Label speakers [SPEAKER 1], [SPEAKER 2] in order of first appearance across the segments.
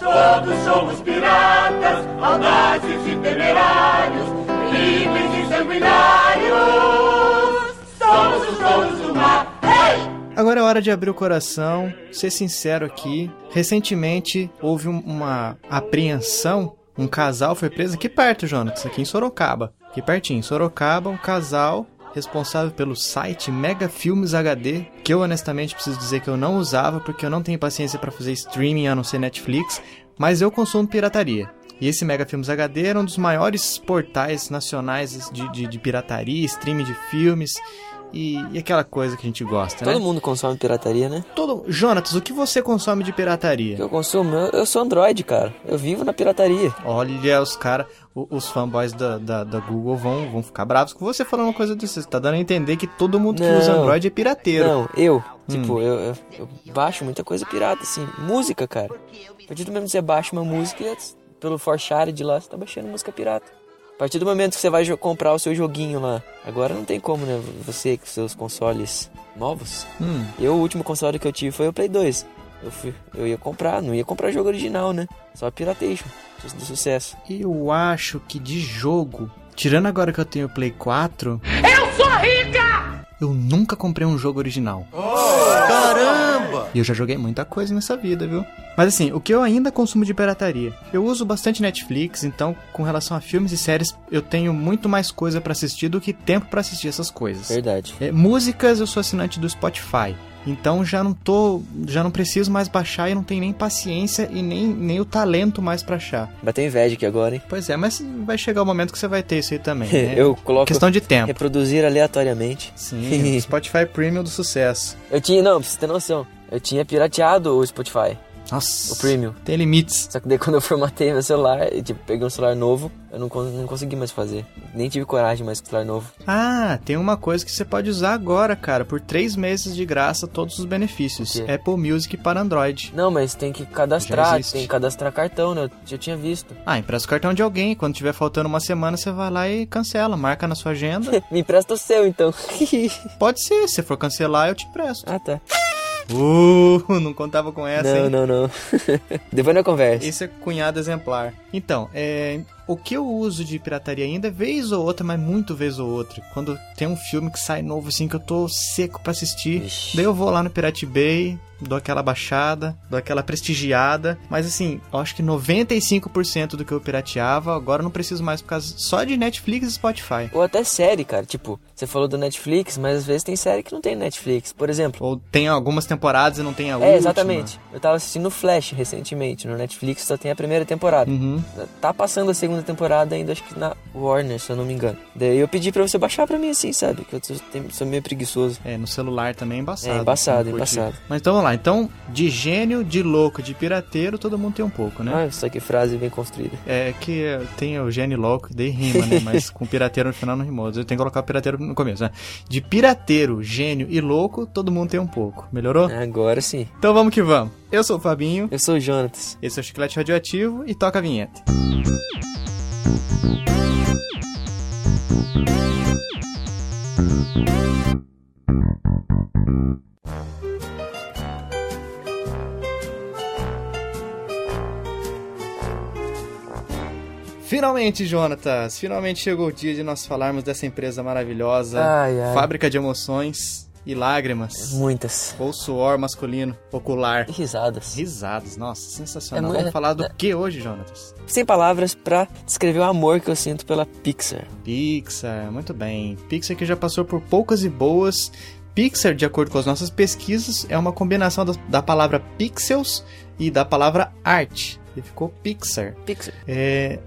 [SPEAKER 1] Todos somos piratas, audazes e temerários, livres e sanguinários. Somos os donos do mar. Hey!
[SPEAKER 2] Agora é hora de abrir o coração, ser sincero aqui. Recentemente houve um- uma apreensão, um casal foi preso aqui perto, Jonas, aqui em Sorocaba. Aqui pertinho, em Sorocaba, um casal responsável pelo site Mega Filmes HD, que eu honestamente preciso dizer que eu não usava porque eu não tenho paciência pra fazer streaming a não ser Netflix, mas eu consumo pirataria. E esse Mega Filmes HD era um dos maiores portais nacionais de, de- de pirataria, streaming de filmes e, e aquela coisa que a gente gosta, né?
[SPEAKER 3] Todo mundo consome pirataria, né?
[SPEAKER 2] Todo... Jonatas, o que você consome de pirataria?
[SPEAKER 3] Eu consumo, eu, eu sou Android, cara. Eu vivo na pirataria.
[SPEAKER 2] Olha, os caras, os fanboys da, da, da Google vão, vão ficar bravos com você falando uma coisa desse. Você tá dando a entender que todo mundo que
[SPEAKER 3] Não.
[SPEAKER 2] usa Android é pirateiro.
[SPEAKER 3] Não, eu, tipo, eu, eu, eu baixo muita coisa pirata, assim. Música, cara. A partir do momento que você baixa uma música, pelo Forchare de lá, você tá baixando música pirata. A partir do momento que você vai jo- comprar o seu joguinho lá. Agora não tem como, né? Você com seus consoles novos.
[SPEAKER 2] Hum,
[SPEAKER 3] Eu, o último console que eu tive foi o Play 2. Eu, fui, eu ia comprar, não ia comprar jogo original, né? Só Piratation, do um sucesso.
[SPEAKER 2] eu acho que de jogo, tirando agora que eu tenho o Play 4,
[SPEAKER 1] Eu sou rica!
[SPEAKER 2] eu nunca comprei um jogo original.
[SPEAKER 3] Oh!
[SPEAKER 4] Caramba!
[SPEAKER 2] E eu já joguei muita coisa nessa vida, viu? Mas assim, o que eu ainda consumo de pirataria? Eu uso bastante Netflix, então com relação a filmes e séries, eu tenho muito mais coisa pra assistir do que tempo pra assistir essas coisas.
[SPEAKER 3] Verdade.
[SPEAKER 2] É, músicas, eu sou assinante do Spotify. Então já não tô, já não preciso mais baixar e não tenho nem paciência e nem, nem o talento mais pra achar.
[SPEAKER 3] Bateu inveja aqui agora, hein?
[SPEAKER 2] Pois é, mas vai chegar o momento que você vai ter isso aí também. Né?
[SPEAKER 3] Eu coloco
[SPEAKER 2] Questão de tempo.
[SPEAKER 3] reproduzir aleatoriamente.
[SPEAKER 2] Sim, é. Spotify Premium do sucesso.
[SPEAKER 3] Eu tinha, não, pra você ter noção, eu tinha pirateado o Spotify,
[SPEAKER 2] Nossa.
[SPEAKER 3] o Premium.
[SPEAKER 2] Tem limites.
[SPEAKER 3] Só que daí quando eu formatei meu celular, eu, tipo, peguei um celular novo, eu não, con- não consegui mais fazer. Nem tive coragem mais com o celular novo.
[SPEAKER 2] Ah, tem uma coisa que você pode usar agora, cara, por três meses de graça, todos os benefícios.
[SPEAKER 3] O quê?
[SPEAKER 2] Apple Music para Android.
[SPEAKER 3] Não, mas tem que
[SPEAKER 2] Já
[SPEAKER 3] cadastrar,
[SPEAKER 2] existe.
[SPEAKER 3] tem que cadastrar cartão, né? Eu já tinha visto.
[SPEAKER 2] Ah, empresta o cartão de alguém. Quando tiver faltando uma semana, você vai lá e cancela, marca na sua agenda.
[SPEAKER 3] Me empresta o seu, então.
[SPEAKER 2] Pode ser, se for cancelar, eu te presto.
[SPEAKER 3] ah, tá.
[SPEAKER 2] Uh, não contava com essa,
[SPEAKER 3] não,
[SPEAKER 2] hein?
[SPEAKER 3] não, não. Depois na conversa.
[SPEAKER 2] Esse é cunhado exemplar. Então, é, o que eu uso de pirataria ainda, é vez ou outra, mas muito vez ou outra. Quando tem um filme que sai novo, assim, que eu tô seco pra assistir,
[SPEAKER 3] Ixi.
[SPEAKER 2] daí eu vou lá no Pirate Bay, dou aquela baixada, dou aquela prestigiada. Mas assim, eu acho que 95% do que eu pirateava, agora eu não preciso mais por causa só de Netflix e Spotify.
[SPEAKER 3] Ou até série, cara. Tipo, você falou do Netflix, mas às vezes tem série que não tem Netflix. Por exemplo.
[SPEAKER 2] Ou tem algumas temporadas e não tem a última.
[SPEAKER 3] É, exatamente. Eu tava assistindo Flash recentemente. No Netflix só tem a primeira temporada.
[SPEAKER 2] Uhum.
[SPEAKER 3] Tá passando a segunda temporada ainda, acho que na Warner, se eu não me engano. Daí eu pedi pra você baixar pra mim assim, sabe? Que eu sou- tem- sou meio preguiçoso.
[SPEAKER 2] É, no celular também é embaçado.
[SPEAKER 3] É, embaçado,
[SPEAKER 2] Não curti.
[SPEAKER 3] embaçado.
[SPEAKER 2] Mas então vamos lá. Então, de gênio, de louco, de pirateiro, todo mundo tem um pouco, né?
[SPEAKER 3] Ah, só que frase bem construída.
[SPEAKER 2] É que tem o gênio e louco, daí rima, né? Mas com pirateiro no final não rimou. Eu tenho que colocar o pirateiro no começo, né? De pirateiro, gênio e louco, todo mundo tem um pouco.
[SPEAKER 3] É.
[SPEAKER 2] Melhorou?
[SPEAKER 3] Agora sim.
[SPEAKER 2] Então vamos que vamos. Eu sou o Fabinho,
[SPEAKER 3] Eu sou o Jonatas.
[SPEAKER 2] esse é o Chiclete Radioativo e toca a vinheta. Finalmente, Jonatas, finalmente chegou o dia de nós falarmos dessa empresa maravilhosa,
[SPEAKER 3] Ai, ai.
[SPEAKER 2] fábrica de emoções e lágrimas,
[SPEAKER 3] Muitas.
[SPEAKER 2] ou suor masculino, ocular.
[SPEAKER 3] E risadas.
[SPEAKER 2] Risadas, nossa, sensacional.
[SPEAKER 3] É mu-
[SPEAKER 2] Vamos falar do que hoje, Jonatas?
[SPEAKER 3] Sem palavras pra descrever o amor que eu sinto pela Pixar.
[SPEAKER 2] Pixar, muito bem. Pixar que já passou por poucas e boas. Pixar, de acordo com as nossas pesquisas, é uma combinação da, da palavra pixels e da palavra arte. E ficou Pixar.
[SPEAKER 3] Pixar.
[SPEAKER 2] É,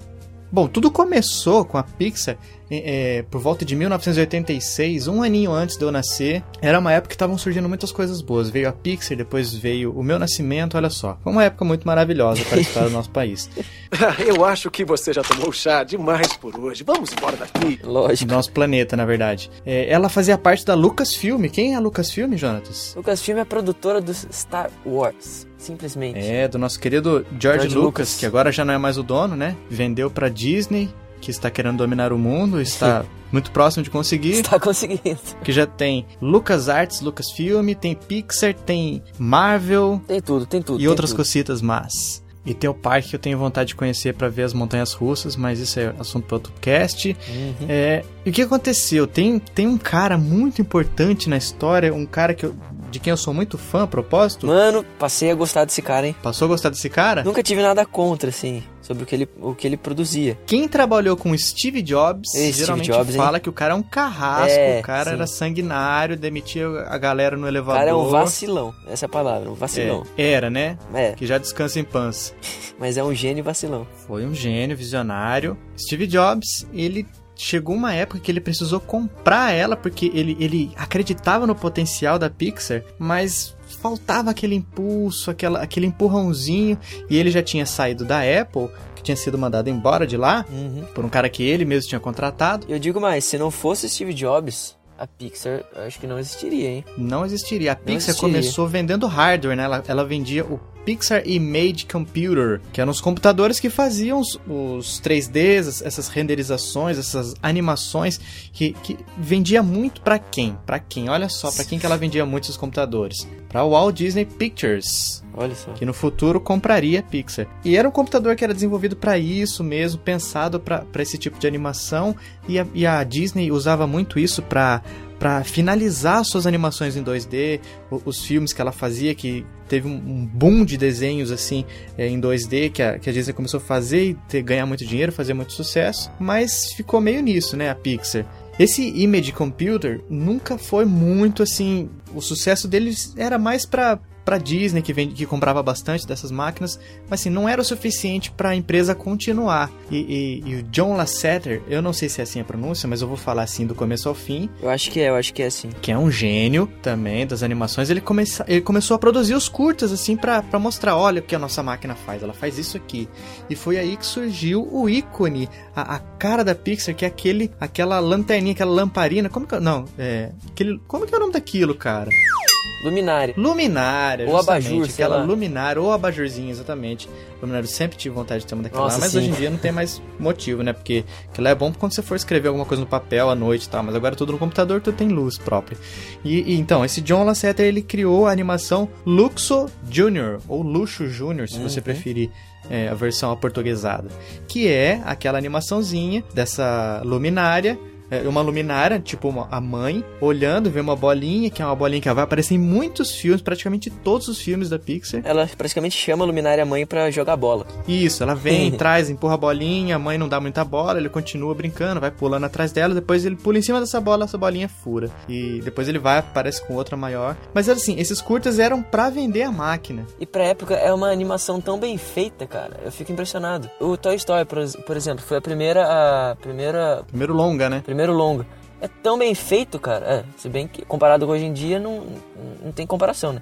[SPEAKER 2] Bom, tudo começou com a Pixar é, é, por volta de 1986, um aninho antes de eu nascer. Era uma época que estavam surgindo muitas coisas boas. Veio a Pixar, depois veio o meu nascimento, olha só. Foi uma época muito maravilhosa para a história do nosso país.
[SPEAKER 4] Ah, Eu acho que você já tomou chá demais por hoje. Vamos embora daqui.
[SPEAKER 2] Do
[SPEAKER 3] Lógico.
[SPEAKER 2] nosso planeta, na verdade. É, ela fazia parte da Lucasfilm. Quem é a Lucasfilm, Jonatas?
[SPEAKER 3] Lucasfilm é a produtora dos Star Wars. Simplesmente.
[SPEAKER 2] É, do nosso querido George,
[SPEAKER 3] George
[SPEAKER 2] Lucas,
[SPEAKER 3] Lucas.
[SPEAKER 2] que agora já não é mais o dono, né? Vendeu pra Disney, que está querendo dominar o mundo, está muito próximo de conseguir.
[SPEAKER 3] Está conseguindo.
[SPEAKER 2] que já tem LucasArts, Lucasfilm, tem Pixar, tem Marvel
[SPEAKER 3] Tem tudo, tem tudo.
[SPEAKER 2] e
[SPEAKER 3] tem
[SPEAKER 2] outras
[SPEAKER 3] tudo.
[SPEAKER 2] cositas más. E tem o parque que eu tenho vontade de conhecer para ver as montanhas russas, mas isso é assunto para outro cast.
[SPEAKER 3] Uhum.
[SPEAKER 2] É, e o que aconteceu? Tem, tem um cara muito importante na história, um cara que eu- de quem eu sou muito fã, a propósito.
[SPEAKER 3] Mano, passei a gostar desse cara, hein?
[SPEAKER 2] Passou a gostar desse cara?
[SPEAKER 3] Nunca tive nada contra, assim, sobre o que ele, o que ele produzia.
[SPEAKER 2] Quem trabalhou com Steve Jobs
[SPEAKER 3] Ei, Steve
[SPEAKER 2] geralmente
[SPEAKER 3] Jobs, hein?
[SPEAKER 2] fala que o cara é um carrasco,
[SPEAKER 3] É,
[SPEAKER 2] o cara
[SPEAKER 3] sim.
[SPEAKER 2] era sanguinário, demitia a galera no
[SPEAKER 3] O
[SPEAKER 2] elevador.
[SPEAKER 3] cara é um vacilão, essa é a palavra, um vacilão.
[SPEAKER 2] É, era, né?
[SPEAKER 3] É,
[SPEAKER 2] Que já descansa em paz.
[SPEAKER 3] mas é um gênio vacilão.
[SPEAKER 2] Foi um gênio, visionário. Steve Jobs, ele chegou uma época que ele precisou comprar ela porque ele, ele acreditava no potencial da Pixar, mas faltava aquele impulso, aquela, aquele empurrãozinho, e ele já tinha saído da Apple, que tinha sido mandado embora de lá
[SPEAKER 3] Uhum.
[SPEAKER 2] por um cara que ele mesmo tinha contratado.
[SPEAKER 3] Eu digo mais, se não fosse Steve Jobs, a Pixar eu acho que não existiria, hein?
[SPEAKER 2] Não existiria. A Pixar
[SPEAKER 3] existiria.
[SPEAKER 2] começou vendendo hardware, né? Ela, ela vendia o Pixar Image Computer, que eram os computadores que faziam os, os 3Ds, as- essas renderizações, essas animações, que, que vendia muito pra quem? Pra quem? Olha só, pra quem que ela vendia muito esses computadores? Pra Walt Disney Pictures
[SPEAKER 3] Olha só.
[SPEAKER 2] que no futuro compraria a Pixar. E era um computador que era desenvolvido para isso mesmo, pensado para esse tipo de animação, e a, e a Disney usava muito isso para para finalizar suas animações em 2D, o- os filmes que ela fazia, que teve um, um boom de desenhos assim eh, em 2D que a, que a Disney começou a fazer e ter- ganhar muito dinheiro, fazer muito sucesso, mas ficou meio nisso, né, a Pixar. Esse Image Computer nunca foi muito assim. O sucesso deles era mais pra, pra Disney, que, vende, que comprava bastante dessas máquinas, mas assim, não era o suficiente pra empresa continuar. E, e- e o John Lasseter, eu não sei se é assim a pronúncia, mas eu vou falar assim do começo ao fim,
[SPEAKER 3] Eu acho que é, eu acho que é assim.
[SPEAKER 2] que é um gênio também das animações. Ele, começa, ele começou a produzir os curtas, assim, pra pra mostrar: olha o que a nossa máquina faz, ela faz isso aqui. E foi aí que surgiu o ícone, a, a cara da Pixar, que é aquele, aquela lanterninha, aquela lamparina. Como que é? Não, é. Aquele, como que é o nome daquilo, cara?
[SPEAKER 3] Luminária.
[SPEAKER 2] Luminária,
[SPEAKER 3] Ou
[SPEAKER 2] justamente,
[SPEAKER 3] abajur, sei
[SPEAKER 2] aquela
[SPEAKER 3] lá.
[SPEAKER 2] luminária, ou abajurzinho, exatamente. Luminário eu sempre tive vontade de ter uma daquela,
[SPEAKER 3] Nossa,
[SPEAKER 2] mas
[SPEAKER 3] sim.
[SPEAKER 2] hoje em dia não tem mais motivo, né? Porque aquilo é bom quando você for escrever alguma coisa no papel à noite e tal, mas agora é tudo no computador, tu tem luz própria. E, e então, esse John Lasseter, ele criou a animação Luxo Jr., ou Luxo Jr., se você
[SPEAKER 3] Uhum.
[SPEAKER 2] preferir é, a versão aportuguesada, que é aquela animaçãozinha dessa luminária é, uma luminária, tipo uma- a mãe, olhando, vê uma bolinha, que é uma bolinha que vai aparecer em muitos filmes, praticamente todos os filmes da Pixar.
[SPEAKER 3] Ela praticamente chama a Luminária mãe pra jogar bola.
[SPEAKER 2] Isso, ela vem, traz, empurra a bolinha, a mãe não dá muita bola, ele continua brincando, vai pulando atrás dela, depois ele pula em cima dessa bola, essa bolinha fura. E depois ele vai, aparece com outra maior. Mas era assim, esses curtas eram pra vender a máquina.
[SPEAKER 3] E pra época é uma animação tão bem feita, cara. Eu fico impressionado. O Toy Story, por, ex- por exemplo, foi a primeira. A primeira.
[SPEAKER 2] Primeiro longa, né?
[SPEAKER 3] Primeiro longa. É tão bem feito, cara. É, se bem que comparado com hoje em dia, não, não tem comparação, né?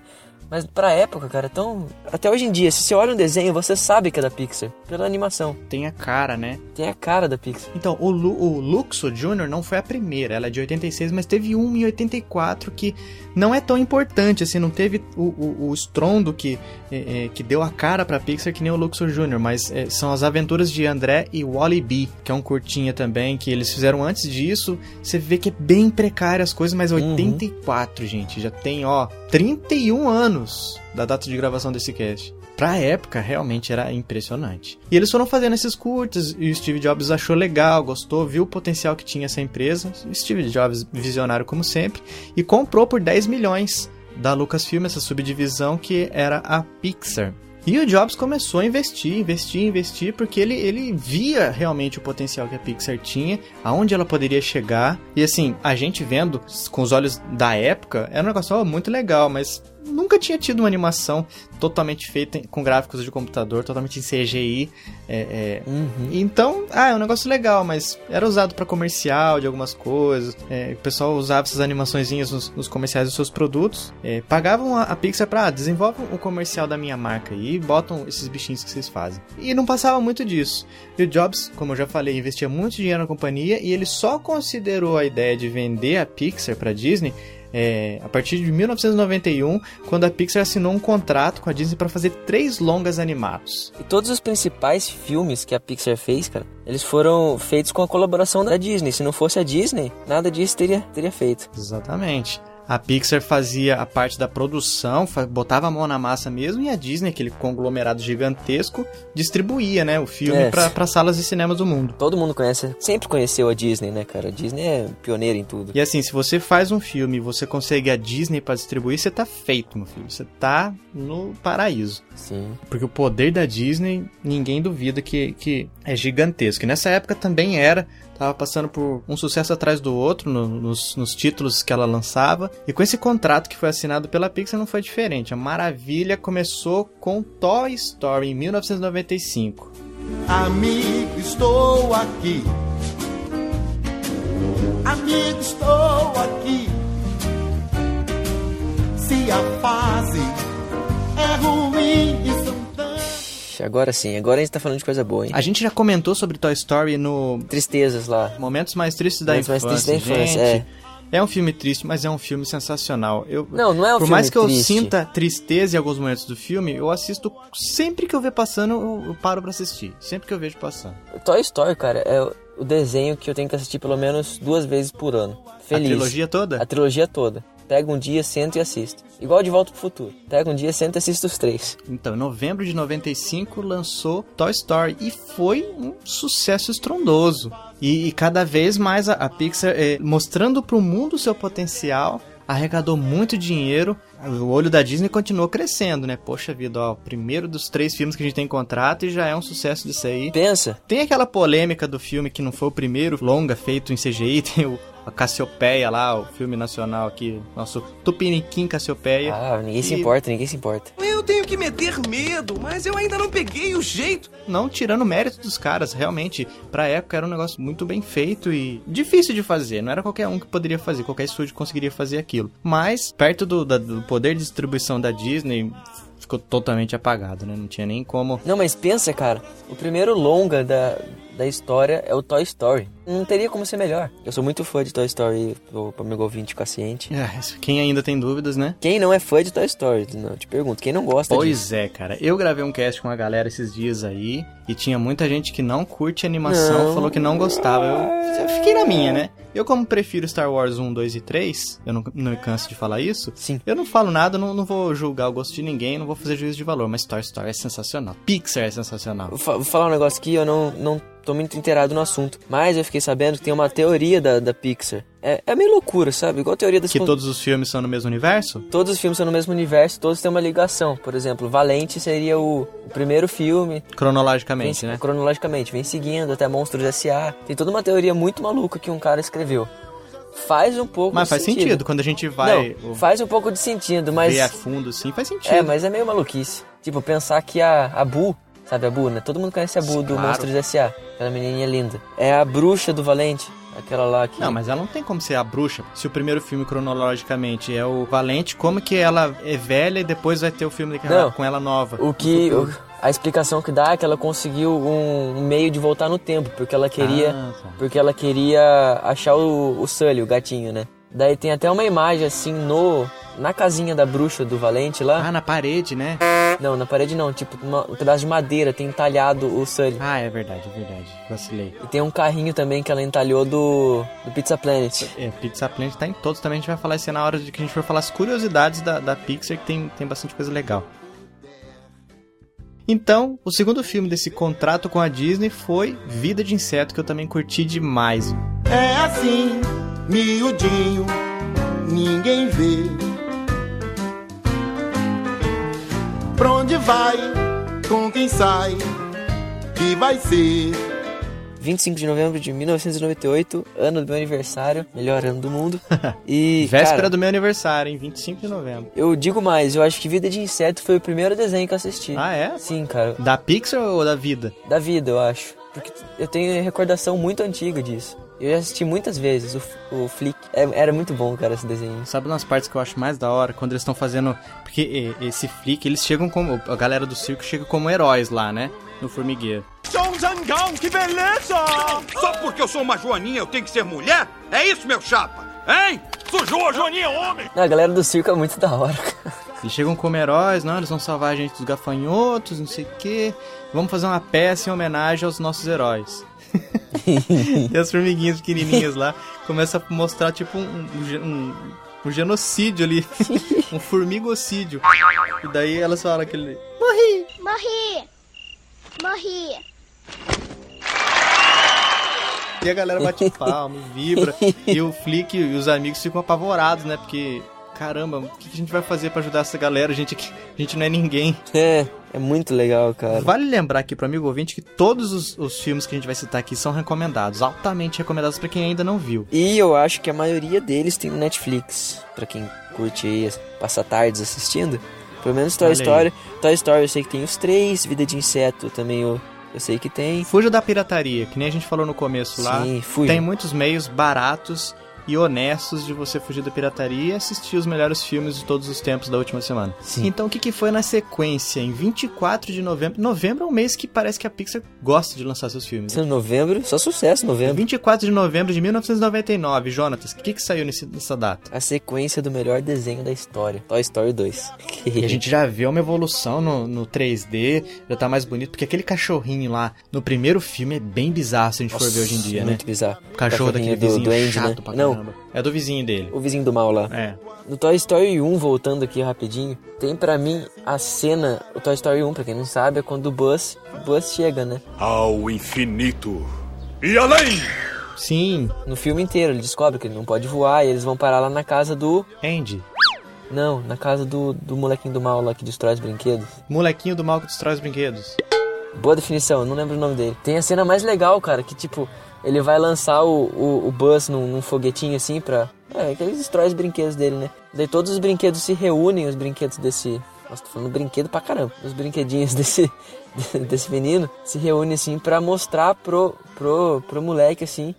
[SPEAKER 3] Mas pra época, cara, é tão. Até hoje em dia, se você olha um desenho, você sabe que é da Pixar. Pela animação.
[SPEAKER 2] Tem a cara, né?
[SPEAKER 3] Tem a cara da Pixar.
[SPEAKER 2] Então, o, Lu, o Luxo Jr. não foi a primeira, ela é de 86, mas teve uma em 84 que não é tão importante, assim, não teve o, o, o estrondo que, é, é, que deu a cara pra Pixar que nem o Luxo Jr., mas é, são as aventuras de André e Wally B, que é um curtinha também, que eles fizeram antes disso. Você vê que é bem precária as coisas, mas
[SPEAKER 3] Uhum.
[SPEAKER 2] 84, gente, já tem, ó, 31 anos da data de gravação desse cast. Pra época, realmente era impressionante. E eles foram fazendo esses curtas, e o Steve Jobs achou legal, gostou, viu o potencial que tinha essa empresa. O Steve Jobs, visionário como sempre, e comprou por 10 milhões da Lucasfilm, essa subdivisão que era a Pixar. E o Jobs começou a investir, investir, investir, porque ele, ele via realmente o potencial que a Pixar tinha, aonde ela poderia chegar. E assim, a gente vendo com os olhos da época, era um negócio ó, muito legal, mas nunca tinha tido uma animação totalmente feita em- com gráficos de computador, totalmente em CGI. é, é,
[SPEAKER 3] Uhum.
[SPEAKER 2] então, ah, é um negócio legal, mas era usado pra comercial de algumas coisas. é, o pessoal usava essas animaçõezinhas nos, nos comerciais dos seus produtos. é, pagavam a, a Pixar pra, ah, desenvolve o comercial da minha marca e botam esses bichinhos que vocês fazem. E não passava muito disso. E o Jobs, como eu já falei, investia muito dinheiro na companhia e ele só considerou a ideia de vender a Pixar pra Disney. é, a partir de 1991, quando a Pixar assinou um contrato com a Disney pra fazer três longas animados.
[SPEAKER 3] E todos os principais filmes que a Pixar fez, cara, eles foram feitos com a colaboração da Disney. Se não fosse a Disney, nada disso teria, teria feito.
[SPEAKER 2] Exatamente. A Pixar fazia a parte da produção, fa- botava a mão na massa mesmo, e a Disney, aquele conglomerado gigantesco, distribuía, né, o filme
[SPEAKER 3] É.
[SPEAKER 2] pra para salas de cinema do mundo.
[SPEAKER 3] Todo mundo conhece, sempre conheceu a Disney, né, cara? A Disney é pioneira em tudo.
[SPEAKER 2] E assim, se você faz um filme e você consegue a Disney pra distribuir, você tá feito, meu filho. Você tá no paraíso.
[SPEAKER 3] Sim.
[SPEAKER 2] Porque o poder da Disney, ninguém duvida que, que é gigantesco. E nessa época também era. Tava passando por um sucesso atrás do outro no- nos, nos títulos que ela lançava. E com esse contrato que foi assinado pela Pixar não foi diferente. A maravilha começou com Toy Story em 1995.
[SPEAKER 1] Amigo, estou aqui. Amigo, estou aqui. Se a fase é ruim e Santana.
[SPEAKER 3] Agora sim, agora a gente tá falando de coisa boa, hein?
[SPEAKER 2] A gente já comentou sobre Toy Story no
[SPEAKER 3] Tristezas lá.
[SPEAKER 2] Momentos Mais Tristes da
[SPEAKER 3] Momentos Mais
[SPEAKER 2] Infância.
[SPEAKER 3] Tristes da Infância,
[SPEAKER 2] gente. É um filme triste, mas é um filme sensacional. Eu,
[SPEAKER 3] Não, não é um
[SPEAKER 2] Por
[SPEAKER 3] filme
[SPEAKER 2] mais que eu
[SPEAKER 3] triste.
[SPEAKER 2] sinta tristeza em alguns momentos do filme, eu assisto sempre que eu ver passando, eu, eu paro pra assistir. Sempre que eu vejo passando.
[SPEAKER 3] Toy Story, cara, é o desenho que eu tenho que assistir pelo menos duas vezes por ano. Feliz.
[SPEAKER 2] A trilogia toda?
[SPEAKER 3] A trilogia toda. Pega um dia, senta e assiste. Igual De Volta pro Futuro. Pega um dia, senta e assiste os três.
[SPEAKER 2] Então, em novembro de 95 lançou Toy Story e foi um sucesso estrondoso. E, e cada vez mais a, a Pixar eh, mostrando pro mundo o seu potencial, arrecadou muito dinheiro. O olho da Disney continuou crescendo, né? Poxa vida, ó, o primeiro dos três filmes que a gente tem em contrato e já é um sucesso disso aí.
[SPEAKER 3] Pensa,
[SPEAKER 2] Tem aquela polêmica do filme que não foi o primeiro longa feito em CGI, tem o a Cassiopeia lá, o filme nacional aqui, nosso Tupiniquim Cassiopeia.
[SPEAKER 3] Ah, ninguém se
[SPEAKER 2] E-
[SPEAKER 3] importa, ninguém se importa.
[SPEAKER 4] Eu tenho que meter medo, mas eu ainda não peguei o jeito.
[SPEAKER 2] Não tirando o mérito dos caras, realmente, pra época era um negócio muito bem feito e difícil de fazer, não era qualquer um que poderia fazer, qualquer estúdio conseguiria fazer aquilo. Mas, perto do, da- do poder de distribuição da Disney, ficou totalmente apagado, né? Não tinha nem como
[SPEAKER 3] Não, mas pensa, cara. O primeiro longa da, da história é o Toy Story. Não teria como ser melhor. Eu sou muito fã de Toy Story, pro pro amigo ouvinte consciente.
[SPEAKER 2] Ah, isso- Quem ainda tem dúvidas, né?
[SPEAKER 3] Quem não é fã de Toy Story? Não, eu te pergunto. Quem não gosta disso?
[SPEAKER 2] Pois é, cara. Eu gravei um cast com a galera esses dias aí e tinha muita gente que não curte animação,
[SPEAKER 3] Não.
[SPEAKER 2] falou que não gostava. Eu, eu fiquei na minha, né? Eu, como prefiro Star Wars 1, 2 e 3, eu não, não me canso de falar isso.
[SPEAKER 3] Sim.
[SPEAKER 2] Eu não falo nada, não, não vou julgar o gosto de ninguém, não vou fazer juízo de valor, mas Toy Story é sensacional. Pixar é sensacional.
[SPEAKER 3] Vou fa- vou falar um negócio aqui, eu não, não tô muito inteirado no assunto. Mas eu fiquei sabendo que tem uma teoria da, da Pixar. É, é meio loucura, sabe? Igual a teoria das...
[SPEAKER 2] Que
[SPEAKER 3] con-
[SPEAKER 2] todos os filmes são no mesmo universo?
[SPEAKER 3] Todos os filmes são no mesmo universo, todos têm uma ligação. Por exemplo, Valente seria o, o primeiro filme, vem,
[SPEAKER 2] Cronologicamente, né?
[SPEAKER 3] cronologicamente, vem seguindo até Monstros S.A. Tem toda uma teoria muito maluca que um cara escreveu. Faz um pouco
[SPEAKER 2] Mas
[SPEAKER 3] de
[SPEAKER 2] faz sentido. quando a gente vai
[SPEAKER 3] Não,
[SPEAKER 2] o-
[SPEAKER 3] faz um pouco de sentido, mas...
[SPEAKER 2] ver a fundo, sim, faz sentido.
[SPEAKER 3] É, mas é meio maluquice. Tipo, pensar que a, a Bu, sabe a Bu, né? Todo mundo conhece a Bu do
[SPEAKER 2] Claro.
[SPEAKER 3] Monstros S.A. Aquela menininha linda. É a bruxa do Valente, aquela lá que...
[SPEAKER 2] Não, mas ela não tem como ser a bruxa. Se o primeiro filme, cronologicamente, é o Valente, como que ela é velha e depois vai ter o filme com ela-
[SPEAKER 3] Não.
[SPEAKER 2] com ela nova?
[SPEAKER 3] O que... o- a explicação que dá é que ela conseguiu um, um meio de voltar no tempo, porque ela queria...
[SPEAKER 2] Ah, tá.
[SPEAKER 3] Porque ela queria achar o, o Sully, o gatinho, né? Daí tem até uma imagem assim no... Na casinha da bruxa do Valente lá.
[SPEAKER 2] Ah, na parede, né?
[SPEAKER 3] Não, na parede não. Tipo, uma- um pedaço de madeira tem entalhado o Sully.
[SPEAKER 2] Ah, é verdade, é verdade. Vacilei.
[SPEAKER 3] E tem um carrinho também que ela entalhou do, do Pizza Planet.
[SPEAKER 2] É, Pizza Planet tá em todos também. A gente vai falar isso aí na hora de que a gente for falar as curiosidades da, da Pixar, que tem, tem bastante coisa legal. Então, o segundo filme desse contrato com a Disney foi Vida de Inseto, que eu também curti demais.
[SPEAKER 1] É assim, miudinho, ninguém vê. Pra onde vai, com quem sai, que vai ser.
[SPEAKER 3] 25 de novembro de 1998, ano do meu aniversário, melhor ano do mundo. E
[SPEAKER 2] Véspera
[SPEAKER 3] cara,
[SPEAKER 2] do meu aniversário, em 25 de novembro.
[SPEAKER 3] eu digo mais, eu acho que Vida de Inseto foi o primeiro desenho que eu assisti.
[SPEAKER 2] Ah, é?
[SPEAKER 3] Sim, cara,
[SPEAKER 2] Da Pixar ou da vida?
[SPEAKER 3] da vida, eu acho. Porque eu tenho recordação muito antiga disso. Eu já assisti muitas vezes o, F- o Flick. É- era muito bom, cara, esse desenho.
[SPEAKER 2] Sabe umas partes que eu acho mais da hora? Quando eles estão fazendo. Porque eh, esse flick, eles chegam como. A galera do circo chega como heróis lá, né? No formigueiro.
[SPEAKER 5] Só porque eu sou uma joaninha eu tenho que ser mulher? É isso, meu chapa? Hein? Sou jo- joaninha homem!
[SPEAKER 3] Não, a galera do circo é muito da hora, cara.
[SPEAKER 2] Eles chegam como heróis, não, eles vão salvar a gente dos gafanhotos, não sei o quê. Vamos fazer uma peça em homenagem aos nossos heróis. e as formiguinhas pequenininhas lá começam a mostrar, tipo, um, um, um- um genocídio ali. um formigocídio. E daí elas falam aquele.
[SPEAKER 6] Morri! Morri!
[SPEAKER 2] E a galera bate palma, vibra. E o Flick e os amigos ficam apavorados, né? Porque, caramba, o que a gente vai fazer pra ajudar essa galera? A gente, aqui- a gente não é ninguém.
[SPEAKER 3] É, é muito legal, cara.
[SPEAKER 2] Vale lembrar aqui pro amigo ouvinte que todos os, os filmes que a gente vai citar aqui são recomendados, altamente recomendados pra quem ainda não viu.
[SPEAKER 3] E eu acho que a maioria deles tem no Netflix, pra quem curte aí, as- passar tardes assistindo. Pelo menos Toy
[SPEAKER 2] Olha aí.
[SPEAKER 3] Story. Toy Story eu sei que tem os três, Vida de Inseto também eu, eu sei que tem.
[SPEAKER 2] Fuja da pirataria, que nem a gente falou no começo lá.
[SPEAKER 3] Sim, fui.
[SPEAKER 2] Tem muitos meios baratos e honestos de você fugir da pirataria e assistir os melhores filmes de todos os tempos da última semana.
[SPEAKER 3] Sim.
[SPEAKER 2] Então o que, que foi na sequência? Em 24 de novembro. Novembro é um mês que parece que a Pixar gosta de lançar seus filmes. né?
[SPEAKER 3] Em novembro, só sucesso novembro.
[SPEAKER 2] 24 de novembro de 1999, Jonatas, o que, que saiu nesse- nessa data?
[SPEAKER 3] A sequência do melhor desenho da história, Toy Story 2.
[SPEAKER 2] E a gente já vê uma evolução no, no 3D, já tá mais bonito, porque aquele cachorrinho lá no primeiro filme é bem bizarro se a gente for ver hoje em dia, né? é
[SPEAKER 3] Muito bizarro.
[SPEAKER 2] O cachorro daquele
[SPEAKER 3] Cachorrinho do
[SPEAKER 2] vizinho
[SPEAKER 3] duende,
[SPEAKER 2] chato
[SPEAKER 3] né?
[SPEAKER 2] pra
[SPEAKER 3] Não.
[SPEAKER 2] caramba. É do vizinho dele.
[SPEAKER 3] O vizinho do mal lá.
[SPEAKER 2] É.
[SPEAKER 3] No Toy Story 1, voltando aqui rapidinho, tem pra mim a cena. O Toy Story 1, pra quem não sabe, é quando o Buzz, Buzz chega, né?
[SPEAKER 5] Ao infinito e além!
[SPEAKER 2] Sim,
[SPEAKER 3] No filme inteiro, ele descobre que ele não pode voar e eles vão parar lá na casa do.
[SPEAKER 2] Andy.
[SPEAKER 3] Não, na casa do, do molequinho do mal lá que destrói os brinquedos.
[SPEAKER 2] Molequinho do mal que destrói os brinquedos.
[SPEAKER 3] Boa definição, eu não lembro o nome dele. Tem a cena mais legal, cara, que tipo, ele vai lançar o, o, o Buzz num, num foguetinho assim pra. É, que ele destrói os brinquedos dele, né? Daí todos os brinquedos se reúnem, os brinquedos desse. Nossa, tô falando brinquedo pra caramba. Os brinquedinhos desse, desse menino se reúnem assim pra mostrar pro, pro, pro moleque assim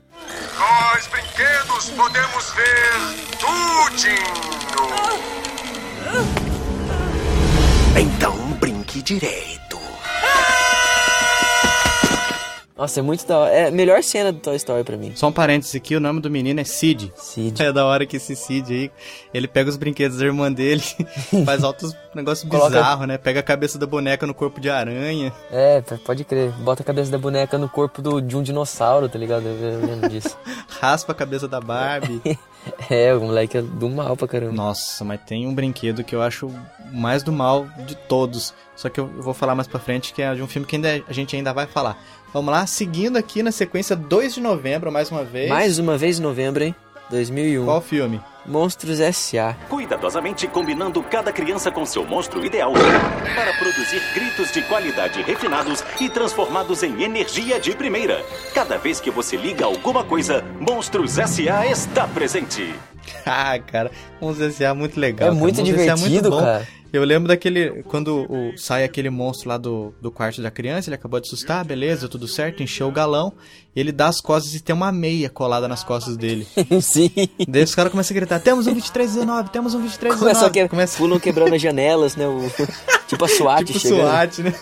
[SPEAKER 7] Nós, brinquedos, podemos ver tudinho.
[SPEAKER 4] Então brinque direito.
[SPEAKER 3] Nossa, é muito da hora. É a melhor cena do Toy Story pra mim.
[SPEAKER 2] Só um parênteses aqui, o nome do menino é Sid.
[SPEAKER 3] Sid.
[SPEAKER 2] É da hora que esse Sid aí, ele pega os brinquedos da irmã dele, faz altos negócios
[SPEAKER 3] Coloca-
[SPEAKER 2] bizarros, né? Pega a cabeça da boneca no corpo de aranha.
[SPEAKER 3] É, p- pode crer. Bota a cabeça da boneca no corpo do, de um dinossauro, tá ligado? Eu eu lembro disso.
[SPEAKER 2] raspa a cabeça da Barbie.
[SPEAKER 3] é, o moleque é do mal pra caramba.
[SPEAKER 2] Nossa, mas tem um brinquedo que eu acho mais do mal de todos. Só que eu vou falar mais pra frente, que é de um filme que ainda- a gente ainda vai falar. Vamos lá, seguindo aqui na sequência 2 de novembro, mais uma vez.
[SPEAKER 3] Mais uma vez em novembro, hein? 2001.
[SPEAKER 2] É Qual filme?
[SPEAKER 3] Monstros S.A.
[SPEAKER 8] Cuidadosamente combinando cada criança com seu monstro ideal para produzir gritos de qualidade refinados e transformados em energia de primeira. Cada vez que você liga alguma coisa, Monstros S.A. está presente.
[SPEAKER 2] Ah, cara, Monstros S.A. é muito legal.
[SPEAKER 3] É muito
[SPEAKER 2] cara. Monstros S.A.
[SPEAKER 3] divertido,
[SPEAKER 2] bom.
[SPEAKER 3] cara.
[SPEAKER 2] Eu lembro daquele. Quando o- sai aquele monstro lá do, do quarto da criança, ele acabou de assustar, beleza, tudo certo, encheu o galão. Ele dá as costas e tem uma meia colada nas costas dele.
[SPEAKER 3] Sim.
[SPEAKER 2] Daí os caras começam a gritar: temos um 2319, temos um 2319.
[SPEAKER 3] Começa a que...
[SPEAKER 2] Começa-
[SPEAKER 3] Pulam quebrando as janelas, né? O... tipo a SWAT
[SPEAKER 2] tipo
[SPEAKER 3] chegando.
[SPEAKER 2] SWAT, né?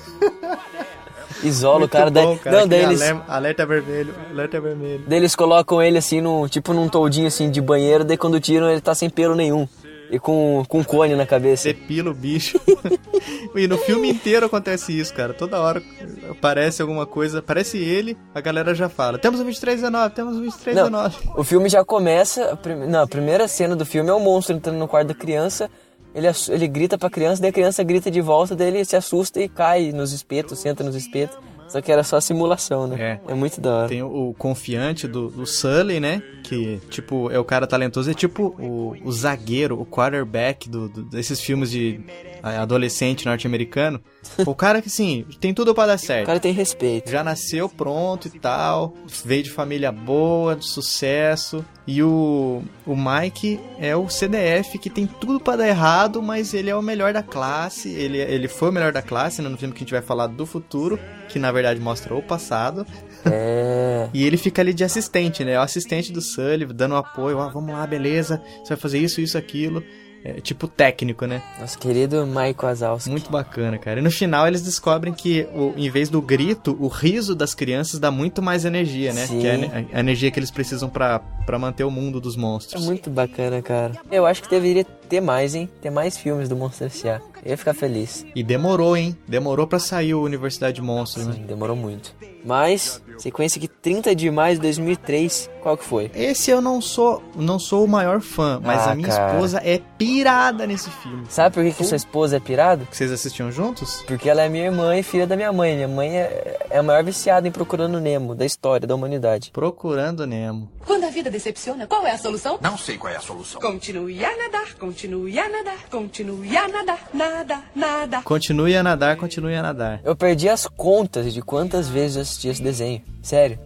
[SPEAKER 3] Isola o
[SPEAKER 2] Muito
[SPEAKER 3] cara.
[SPEAKER 2] bom,
[SPEAKER 3] daí... Não,
[SPEAKER 2] Aquele
[SPEAKER 3] daí eles...
[SPEAKER 2] alerta, alerta vermelho, alerta vermelho.
[SPEAKER 3] Daí eles colocam ele assim, num, tipo num toldinho assim de banheiro, daí quando tiram ele tá sem pelo nenhum. E com, com um cone na cabeça.
[SPEAKER 2] Depila o bicho. e no filme inteiro acontece isso, cara. Toda hora aparece alguma coisa, aparece ele, a galera já fala: temos um 2319, temos um 2319.
[SPEAKER 3] O filme já começa. A prim- Não, a primeira cena do filme é o monstro entrando no quarto da criança. Ele, ass- ele grita pra criança, daí a criança grita de volta, daí ele se assusta e cai nos espetos, senta nos espetos. Só que era só simulação, né? É, muito da hora.
[SPEAKER 2] Tem o, o confiante do, do Sully, né? Que, tipo, é o cara talentoso. É tipo o, o zagueiro, o quarterback do, do- desses filmes de ah, adolescente norte-americano. O cara que, assim, tem tudo pra dar
[SPEAKER 3] O
[SPEAKER 2] certo.
[SPEAKER 3] cara tem respeito.
[SPEAKER 2] já nasceu pronto e tal, veio de família boa, de sucesso. E o, o Mike é o CDF que tem tudo pra dar errado, mas ele é o melhor da classe. Ele, ele foi o melhor da classe né, no filme que a gente vai falar do futuro, que na verdade mostra o passado.
[SPEAKER 3] É.
[SPEAKER 2] E ele fica ali de assistente, né? O assistente do Sully, dando um apoio. Ah, vamos lá, beleza, você vai fazer isso, isso, aquilo. É, tipo técnico, né?
[SPEAKER 3] Nosso querido Mike Wazowski.
[SPEAKER 2] Muito bacana, cara. E no final eles descobrem que, o, em vez do grito, o riso das crianças dá muito mais energia, né?
[SPEAKER 3] Sim.
[SPEAKER 2] Que é a ne- a, energia que eles precisam pra pra manter o mundo dos
[SPEAKER 3] É
[SPEAKER 2] monstros.
[SPEAKER 3] muito bacana, cara. Eu acho que deveria ter mais, hein? Ter mais filmes do Monstro S.A. Eu ia ficar feliz.
[SPEAKER 2] E demorou, hein? Demorou pra sair o Universidade Monstro, né?
[SPEAKER 3] Sim, demorou muito. Mas, sequência que 30 de maio de 2003, qual que foi?
[SPEAKER 2] Esse eu não sou, não sou o maior fã, mas
[SPEAKER 3] Ah,
[SPEAKER 2] a minha
[SPEAKER 3] cara.
[SPEAKER 2] esposa é pirada nesse filme.
[SPEAKER 3] Sabe por que, que sua esposa é pirado?
[SPEAKER 2] Vocês assistiam juntos?
[SPEAKER 3] Porque ela é minha irmã e filha da minha mãe. Minha mãe é, é a maior viciada em procurando Nemo da história, da humanidade.
[SPEAKER 2] Procurando Nemo.
[SPEAKER 9] Quando a vida decepciona, qual é a solução?
[SPEAKER 5] Não sei qual é a solução.
[SPEAKER 9] Continue a nadar, continue a nadar, continue a nadar, nada, nada.
[SPEAKER 2] Continue a nadar, continue a nadar.
[SPEAKER 3] Eu perdi as contas de quantas vezes eu assisti esse desenho. Sério,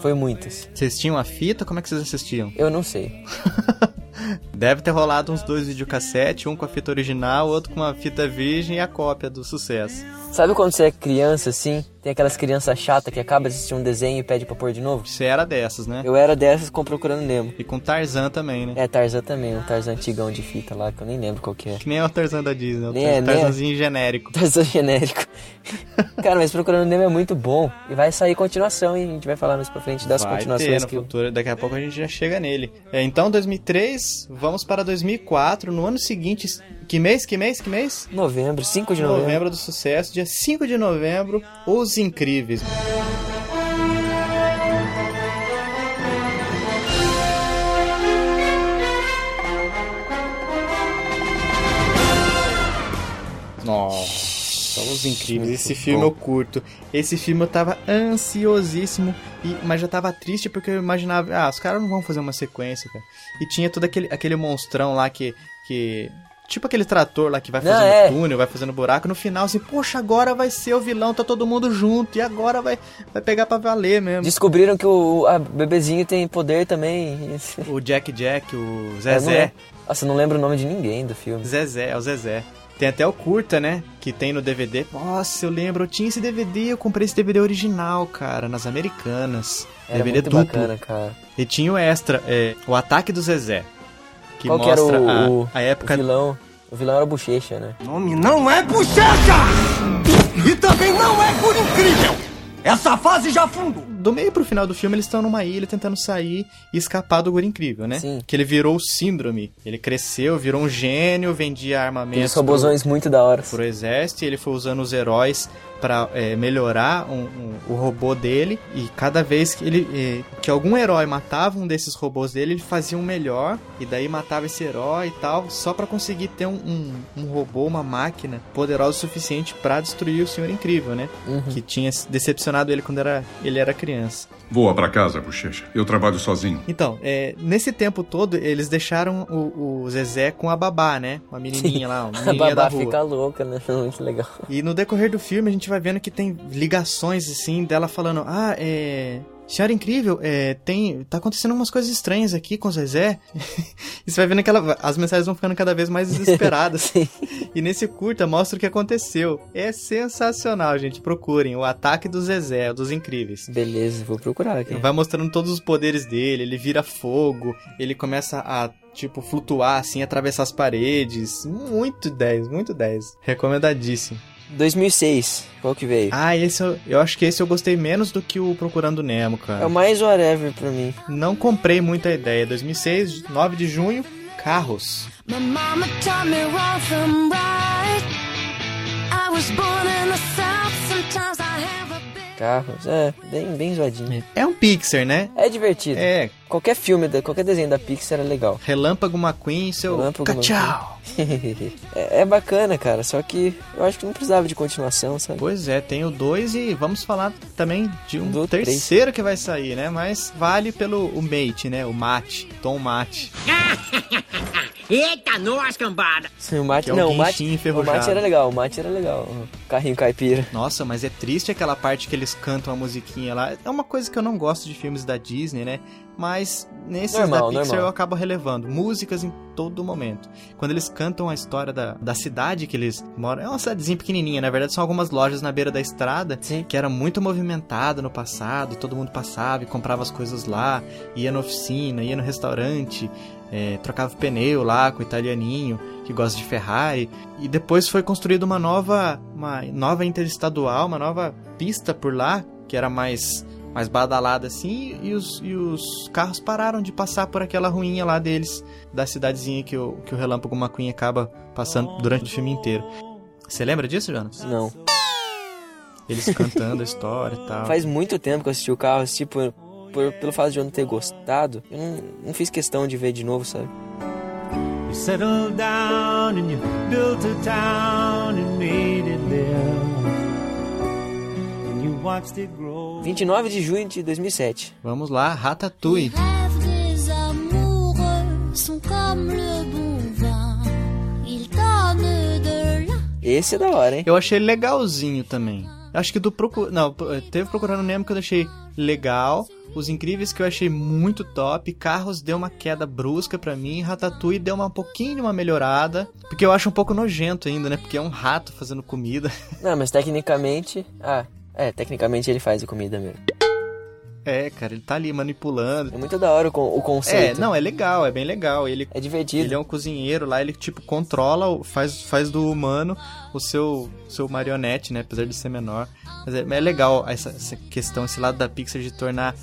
[SPEAKER 3] foi muitas.
[SPEAKER 2] Vocês tinham a fita? Como é que vocês assistiam?
[SPEAKER 3] Eu não sei.
[SPEAKER 2] Deve ter rolado uns dois videocassete, um com a fita original, outro com a fita virgem e a cópia do sucesso.
[SPEAKER 3] Sabe quando você é criança assim? Tem aquelas crianças chatas que acaba de assistir um desenho e pede pra pôr de novo?
[SPEAKER 2] Você era dessas, né?
[SPEAKER 3] Eu era dessas com Procurando Nemo.
[SPEAKER 2] E com Tarzan também, né?
[SPEAKER 3] É, Tarzan também, um Tarzan antigão de fita lá, que eu nem lembro qual que é.
[SPEAKER 2] Que nem o Tarzan da Disney, o
[SPEAKER 3] Nem é,
[SPEAKER 2] Tar-
[SPEAKER 3] né?
[SPEAKER 2] Tarzanzinho genérico.
[SPEAKER 3] Tarzan genérico. Cara, mas Procurando Nemo é muito bom. E vai sair continuação, e a gente vai falar mais pra frente das
[SPEAKER 2] Vai ter
[SPEAKER 3] continuações
[SPEAKER 2] no
[SPEAKER 3] que...
[SPEAKER 2] futuro, daqui a pouco a gente já chega nele. É, então, 2003, vamos para 2004, no ano seguinte. Que mês, que mês, que mês?
[SPEAKER 3] Novembro, 5 de novembro.
[SPEAKER 2] Novembro do sucesso, dia 5 de novembro, Os Incríveis. Nossa, Os Incríveis. Esse filme eu curto. Esse filme eu tava ansiosíssimo, e- mas já tava triste porque eu imaginava, ah, os caras não vão fazer uma sequência, cara. E tinha todo aquele, aquele monstrão lá que, que. Tipo aquele trator lá que vai
[SPEAKER 3] Não,
[SPEAKER 2] fazendo
[SPEAKER 3] é.
[SPEAKER 2] túnel, vai fazendo buraco. No final, assim, poxa, agora vai ser o vilão, tá todo mundo junto. E agora vai, vai pegar pra valer mesmo.
[SPEAKER 3] Descobriram que o a bebezinho tem poder também.
[SPEAKER 2] O Jack Jack, o
[SPEAKER 3] Eu É, não
[SPEAKER 2] Zezé.
[SPEAKER 3] lembro- Nossa, eu não lembro o nome de ninguém do filme.
[SPEAKER 2] Zezé, é o Zezé. Tem até o Curta, né? Que tem no DVD. Nossa, eu lembro, eu tinha esse DVD, eu comprei esse DVD original, cara, nas Americanas.
[SPEAKER 3] Era
[SPEAKER 2] DVD
[SPEAKER 3] muito
[SPEAKER 2] duplo.
[SPEAKER 3] bacana, cara.
[SPEAKER 2] E tinha o extra, é, o ataque do Zezé. Que
[SPEAKER 3] Qual que
[SPEAKER 2] mostra
[SPEAKER 3] era o,
[SPEAKER 2] a-
[SPEAKER 3] o-
[SPEAKER 2] a, época
[SPEAKER 3] o vilão? O vilão era o Bochecha, né?
[SPEAKER 5] Nome não é bochecha! E também não é por incrível! Essa fase já fundou.
[SPEAKER 2] do meio pro final do filme, eles estão numa ilha tentando sair e escapar do Guri Incrível, né?
[SPEAKER 3] Sim.
[SPEAKER 2] Que ele virou o síndrome. Ele cresceu, virou um gênio, vendia
[SPEAKER 3] Os
[SPEAKER 2] armamentos pro,
[SPEAKER 3] robozões muito da hora.
[SPEAKER 2] pro exército e ele foi usando os heróis pra é, melhorar um- um- o robô dele. E cada vez que, ele, é, que algum herói matava um desses robôs dele, ele fazia um melhor e daí matava esse herói e tal, só pra conseguir ter um, um- um robô, uma máquina poderosa o suficiente pra destruir o Senhor Incrível, né?
[SPEAKER 3] Uhum.
[SPEAKER 2] Que tinha decepcionado ele quando era, ele era criança.
[SPEAKER 7] Voa pra casa, bochecha. Eu trabalho sozinho.
[SPEAKER 2] Então, é, nesse tempo todo, eles deixaram o, o Zezé com a babá, né? Uma menininha lá, uma
[SPEAKER 3] A
[SPEAKER 2] menininha é da
[SPEAKER 3] babá
[SPEAKER 2] rua.
[SPEAKER 3] fica louca, né? Muito legal.
[SPEAKER 2] E no decorrer do filme, a gente vai vendo que tem ligações, assim, dela falando, ah, é... Senhora Incrível, é, tem, tá acontecendo umas coisas estranhas aqui com o Zezé. e você vai vendo que ela, as mensagens vão ficando cada vez mais desesperadas.
[SPEAKER 3] Sim.
[SPEAKER 2] e nesse curta mostra o que aconteceu. É sensacional, gente. Procurem. O Ataque do Zezé, dos Incríveis.
[SPEAKER 3] Beleza, vou procurar aqui.
[SPEAKER 2] Vai mostrando todos os poderes dele, ele vira fogo, ele começa a, tipo, flutuar, assim, atravessar as paredes. Muito 10, muito 10. Recomendadíssimo.
[SPEAKER 3] 2006, qual que veio?
[SPEAKER 2] Ah, esse eu, eu acho que esse eu gostei menos do que o Procurando Nemo,
[SPEAKER 3] É
[SPEAKER 2] cara.
[SPEAKER 3] o mais whatever pra mim.
[SPEAKER 2] Não comprei muita ideia. 2006, 9 de junho, Carros.
[SPEAKER 10] My mama taught me wrong from right. I was born in the south. Sometimes I have a bit.
[SPEAKER 3] Carros, é, bem, bem zoadinho.
[SPEAKER 2] É um Pixar, né?
[SPEAKER 3] É divertido.
[SPEAKER 2] É,
[SPEAKER 3] Qualquer filme, da- qualquer desenho da Pixar é legal.
[SPEAKER 2] Relâmpago McQueen, seu...
[SPEAKER 3] Relâmpago
[SPEAKER 2] Tchau!
[SPEAKER 3] é, é bacana, cara, só que eu acho que não precisava de continuação, sabe?
[SPEAKER 2] Pois é, tem o 2 e vamos falar também de um
[SPEAKER 3] Do três.
[SPEAKER 2] terceiro que vai sair, né? Mas vale pelo o Mate, né? O Mate, Tom Mate.
[SPEAKER 1] Eita, nós, cambada!
[SPEAKER 3] Sim, O mate,
[SPEAKER 2] Que é um
[SPEAKER 3] não, o mate,
[SPEAKER 2] guinchinho
[SPEAKER 3] o
[SPEAKER 2] enferrujado.
[SPEAKER 3] mate era legal, o mate era legal. O carrinho caipira.
[SPEAKER 2] Nossa, mas é triste aquela parte que eles cantam a musiquinha lá. É uma coisa que eu não gosto de filmes da Disney, né? Mas nesses da
[SPEAKER 3] Normal,
[SPEAKER 2] Pixar
[SPEAKER 3] normal.
[SPEAKER 2] eu acabo relevando. Músicas em todo momento. Quando eles cantam a história da, da cidade que eles moram, é uma cidadezinha pequenininha, na verdade são algumas lojas na beira da estrada.
[SPEAKER 3] Sim.
[SPEAKER 2] que era muito movimentada no passado, todo mundo passava e comprava as coisas lá, ia na oficina, ia no restaurante, é, trocava pneu lá com o italianinho que gosta de Ferrari. E depois foi construída uma nova, uma nova interestadual, uma nova pista por lá, que era mais mais badalada assim, e os, e os carros pararam de passar por aquela ruinha lá deles, da cidadezinha que o, que o Relâmpago McQueen acaba passando durante o filme inteiro. Você lembra disso, Jonas?
[SPEAKER 3] Não.
[SPEAKER 2] Eles cantando a história e tal.
[SPEAKER 3] Faz muito tempo que eu assisti o carro, assisti por, por- pelo fato de eu não ter gostado. Eu não, não fiz questão de ver de novo, sabe?
[SPEAKER 11] You settled down and you built a town and made it live. And you watched it grow.
[SPEAKER 3] 29 de junho de 2007.
[SPEAKER 2] Vamos lá, Ratatouille.
[SPEAKER 10] Les amoureux sont comme le bon vin. Ils donnent de la
[SPEAKER 3] Esse é da hora, hein?
[SPEAKER 2] Eu achei legalzinho também. Acho que do Procur... Não, eh, teve Procurando Nemo que eu achei legal. Os Incríveis que eu achei muito top. Carros deu uma queda brusca pra mim. Ratatouille deu uma um pouquinho de uma melhorada. Porque eu acho um pouco nojento ainda, né? Porque é um rato fazendo comida.
[SPEAKER 3] Não, mas tecnicamente. Ah, é, tecnicamente ele faz a comida mesmo.
[SPEAKER 2] É, cara, ele tá ali manipulando.
[SPEAKER 3] É muito da hora o, con- o
[SPEAKER 2] É,
[SPEAKER 3] conceito.
[SPEAKER 2] não, é legal, é bem legal. Ele
[SPEAKER 3] É divertido.
[SPEAKER 2] Ele é um cozinheiro lá, ele tipo controla, o- faz, faz do humano o seu seu marionete, né? Apesar de ser menor. Mas é, é legal essa, essa questão, esse lado da Pixar de tornar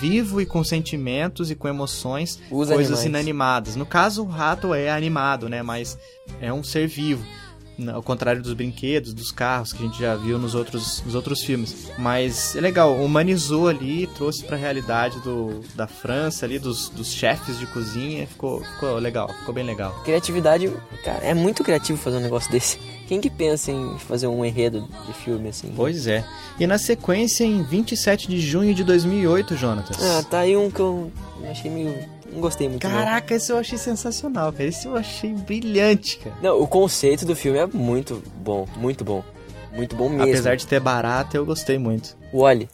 [SPEAKER 2] vivo e com sentimentos e com emoções
[SPEAKER 3] Os
[SPEAKER 2] coisas
[SPEAKER 3] animais.
[SPEAKER 2] inanimadas. No caso, o rato é animado, né? Mas é um ser vivo. N- Ao contrário dos brinquedos, dos carros que a gente já viu nos outros, nos outros filmes. Mas é legal, humanizou ali, trouxe pra realidade do, da França ali, dos, dos chefes de cozinha. Ficou, ficou legal, ficou bem legal.
[SPEAKER 3] Criatividade, cara, é muito criativo fazer um negócio desse. Quem que pensa em fazer um enredo de filme assim?
[SPEAKER 2] Pois é. E na sequência, em 27 de junho de 2008, Jonatas.
[SPEAKER 3] Ah, tá aí um que eu achei meio. Não gostei muito. não.
[SPEAKER 2] Caraca, esse eu achei sensacional, cara. Esse eu achei brilhante, cara.
[SPEAKER 3] Não, o conceito do filme é muito bom, muito bom. Muito bom mesmo.
[SPEAKER 2] Apesar de ter barato, eu gostei muito.
[SPEAKER 3] O Oli.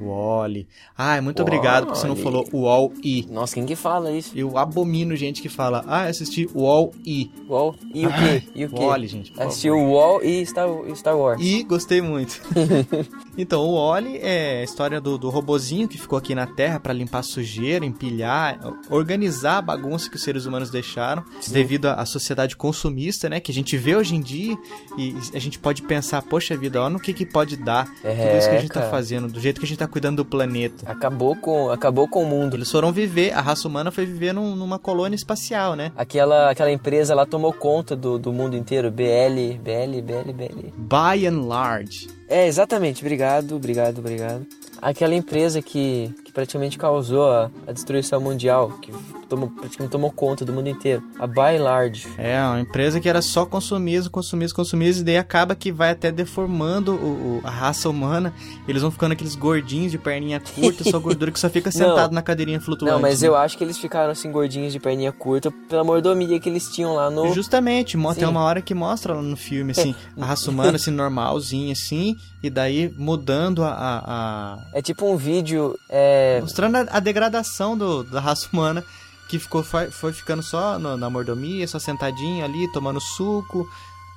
[SPEAKER 2] Wally. Ai, Ah, é muito
[SPEAKER 3] Wall-E.
[SPEAKER 2] obrigado porque você não falou Wall-E.
[SPEAKER 3] Nossa, quem que fala isso?
[SPEAKER 2] Eu abomino gente que fala, ah, eu assisti Wall-E.
[SPEAKER 3] Wall e o quê? E o quê?
[SPEAKER 2] Ah, Wall-E, gente. por
[SPEAKER 3] Assistiu o Wall e Star, Star Wars.
[SPEAKER 2] E gostei muito. então, o Oli é a história do, do robozinho que ficou aqui na Terra pra limpar sujeira, empilhar, organizar a bagunça que os seres humanos deixaram devido à à sociedade consumista, né? Que a gente vê hoje em dia e a gente pode pensar, poxa vida, olha no que, que pode dar tudo isso que a
[SPEAKER 3] É,
[SPEAKER 2] gente tá
[SPEAKER 3] cara.
[SPEAKER 2] fazendo, do jeito que a gente tá cuidando do planeta.
[SPEAKER 3] Acabou com, acabou com o mundo.
[SPEAKER 2] Eles foram viver, a raça humana foi viver num- numa colônia espacial, né?
[SPEAKER 3] Aquela, aquela empresa lá tomou conta do, do mundo inteiro. BL, BL, BL, BL.
[SPEAKER 2] By and large.
[SPEAKER 3] É, exatamente. Obrigado, obrigado, obrigado. Aquela empresa que, que praticamente causou a, a destruição mundial, que tomou, praticamente tomou conta do mundo inteiro. A By and Large.
[SPEAKER 2] É, uma empresa que era só consumismo, consumismo, consumismo, e daí acaba que vai até deformando o- o- a raça humana. Eles vão ficando aqueles gordinhos de perninha curta, só gordura que só fica sentado na cadeirinha flutuante.
[SPEAKER 3] Não, mas
[SPEAKER 2] né?
[SPEAKER 3] eu acho que eles ficaram assim gordinhos de perninha curta pela mordomia que eles tinham lá no.
[SPEAKER 2] Justamente, mo- tem
[SPEAKER 3] Sim.
[SPEAKER 2] uma hora que mostra lá no filme, assim, a raça humana, assim, normalzinha, assim, e daí mudando a... a- a-
[SPEAKER 3] É tipo um vídeo. É...
[SPEAKER 2] Mostrando a, a degradação do- da raça humana, que ficou, foi, foi ficando só no- na mordomia, só sentadinho ali, tomando suco,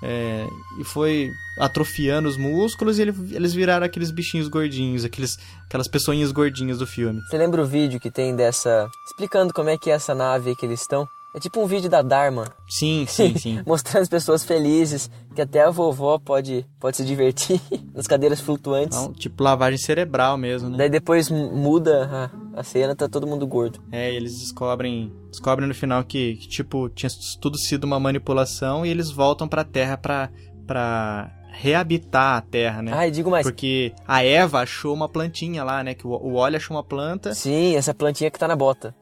[SPEAKER 2] é, e foi atrofiando os músculos, e ele- eles viraram aqueles bichinhos gordinhos, aqueles, aquelas pessoinhas gordinhas do filme.
[SPEAKER 3] Você lembra o vídeo que tem dessa. explicando como é que é essa nave que eles estão? É tipo um vídeo da Dharma,
[SPEAKER 2] Sim, sim, sim.
[SPEAKER 3] mostrando as pessoas felizes, que até a vovó pode, pode se divertir nas cadeiras flutuantes.
[SPEAKER 2] Então, tipo lavagem cerebral mesmo, né?
[SPEAKER 3] Daí depois mu- muda a, a cena, tá todo mundo gordo.
[SPEAKER 2] É, e eles descobrem, descobrem no final que, que, tipo tinha s- tudo sido uma manipulação e eles voltam pra Terra pra pra reabitar a Terra, né?
[SPEAKER 3] Ah, e digo mais.
[SPEAKER 2] Porque a Eva achou uma plantinha lá, né? Que o, o Oli achou uma planta.
[SPEAKER 3] Sim, essa plantinha que tá na bota.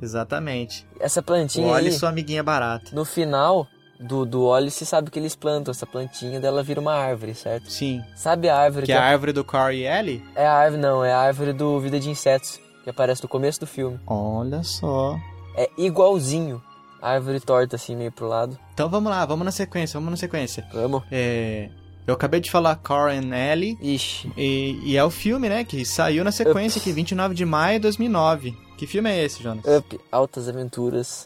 [SPEAKER 2] Exatamente.
[SPEAKER 3] Essa
[SPEAKER 2] O
[SPEAKER 3] plantinha
[SPEAKER 2] Oli
[SPEAKER 3] aí,
[SPEAKER 2] e sua amiguinha barata.
[SPEAKER 3] no final do, do óleo, se sabe que eles plantam. Essa plantinha dela vira uma árvore, certo?
[SPEAKER 2] Sim.
[SPEAKER 3] Sabe a árvore
[SPEAKER 2] Que é a árvore do Carl e Ellie?
[SPEAKER 3] É a árvore, não, é a árvore do Vida de Insetos, que aparece no começo do filme.
[SPEAKER 2] Olha só.
[SPEAKER 3] É igualzinho. A árvore torta, assim, meio pro lado.
[SPEAKER 2] Então vamos lá, vamos na sequência, vamos na sequência.
[SPEAKER 3] Vamos.
[SPEAKER 2] É, eu acabei de falar Carl e Ellie.
[SPEAKER 3] Ixi.
[SPEAKER 2] E, e é o filme, né? Que é saiu na sequência aqui, 29 de maio de 2009. Que filme é esse, Jonas?
[SPEAKER 3] Up, altas aventuras.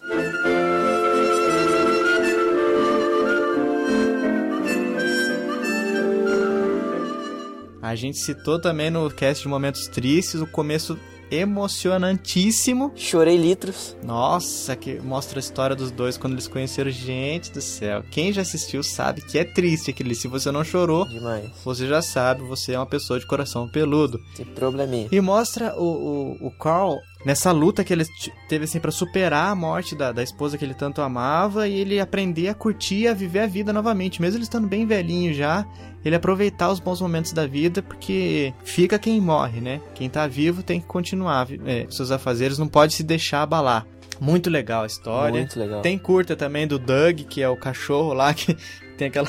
[SPEAKER 2] A gente citou também no cast de Momentos Tristes o começo emocionantíssimo.
[SPEAKER 3] Chorei litros.
[SPEAKER 2] Nossa, que mostra a história dos dois quando eles conheceram. Gente do céu, quem já assistiu sabe que é triste aquele. Se você não chorou,
[SPEAKER 3] Demais.
[SPEAKER 2] você já sabe, você é uma pessoa de coração peludo.
[SPEAKER 3] Tem probleminha.
[SPEAKER 2] E mostra o, o, o Carl nessa luta que ele t- teve assim para superar a morte da, da esposa que ele tanto amava e ele aprender a curtir, a viver a vida novamente, mesmo ele estando bem velhinho já, ele aproveitar os bons momentos da vida, porque fica quem morre, né? Quem tá vivo tem que continuar vi- é, seus afazeres, não pode se deixar abalar. Muito legal a história.
[SPEAKER 3] Muito legal.
[SPEAKER 2] Tem curta também do Doug, que é o cachorro lá que tem aquela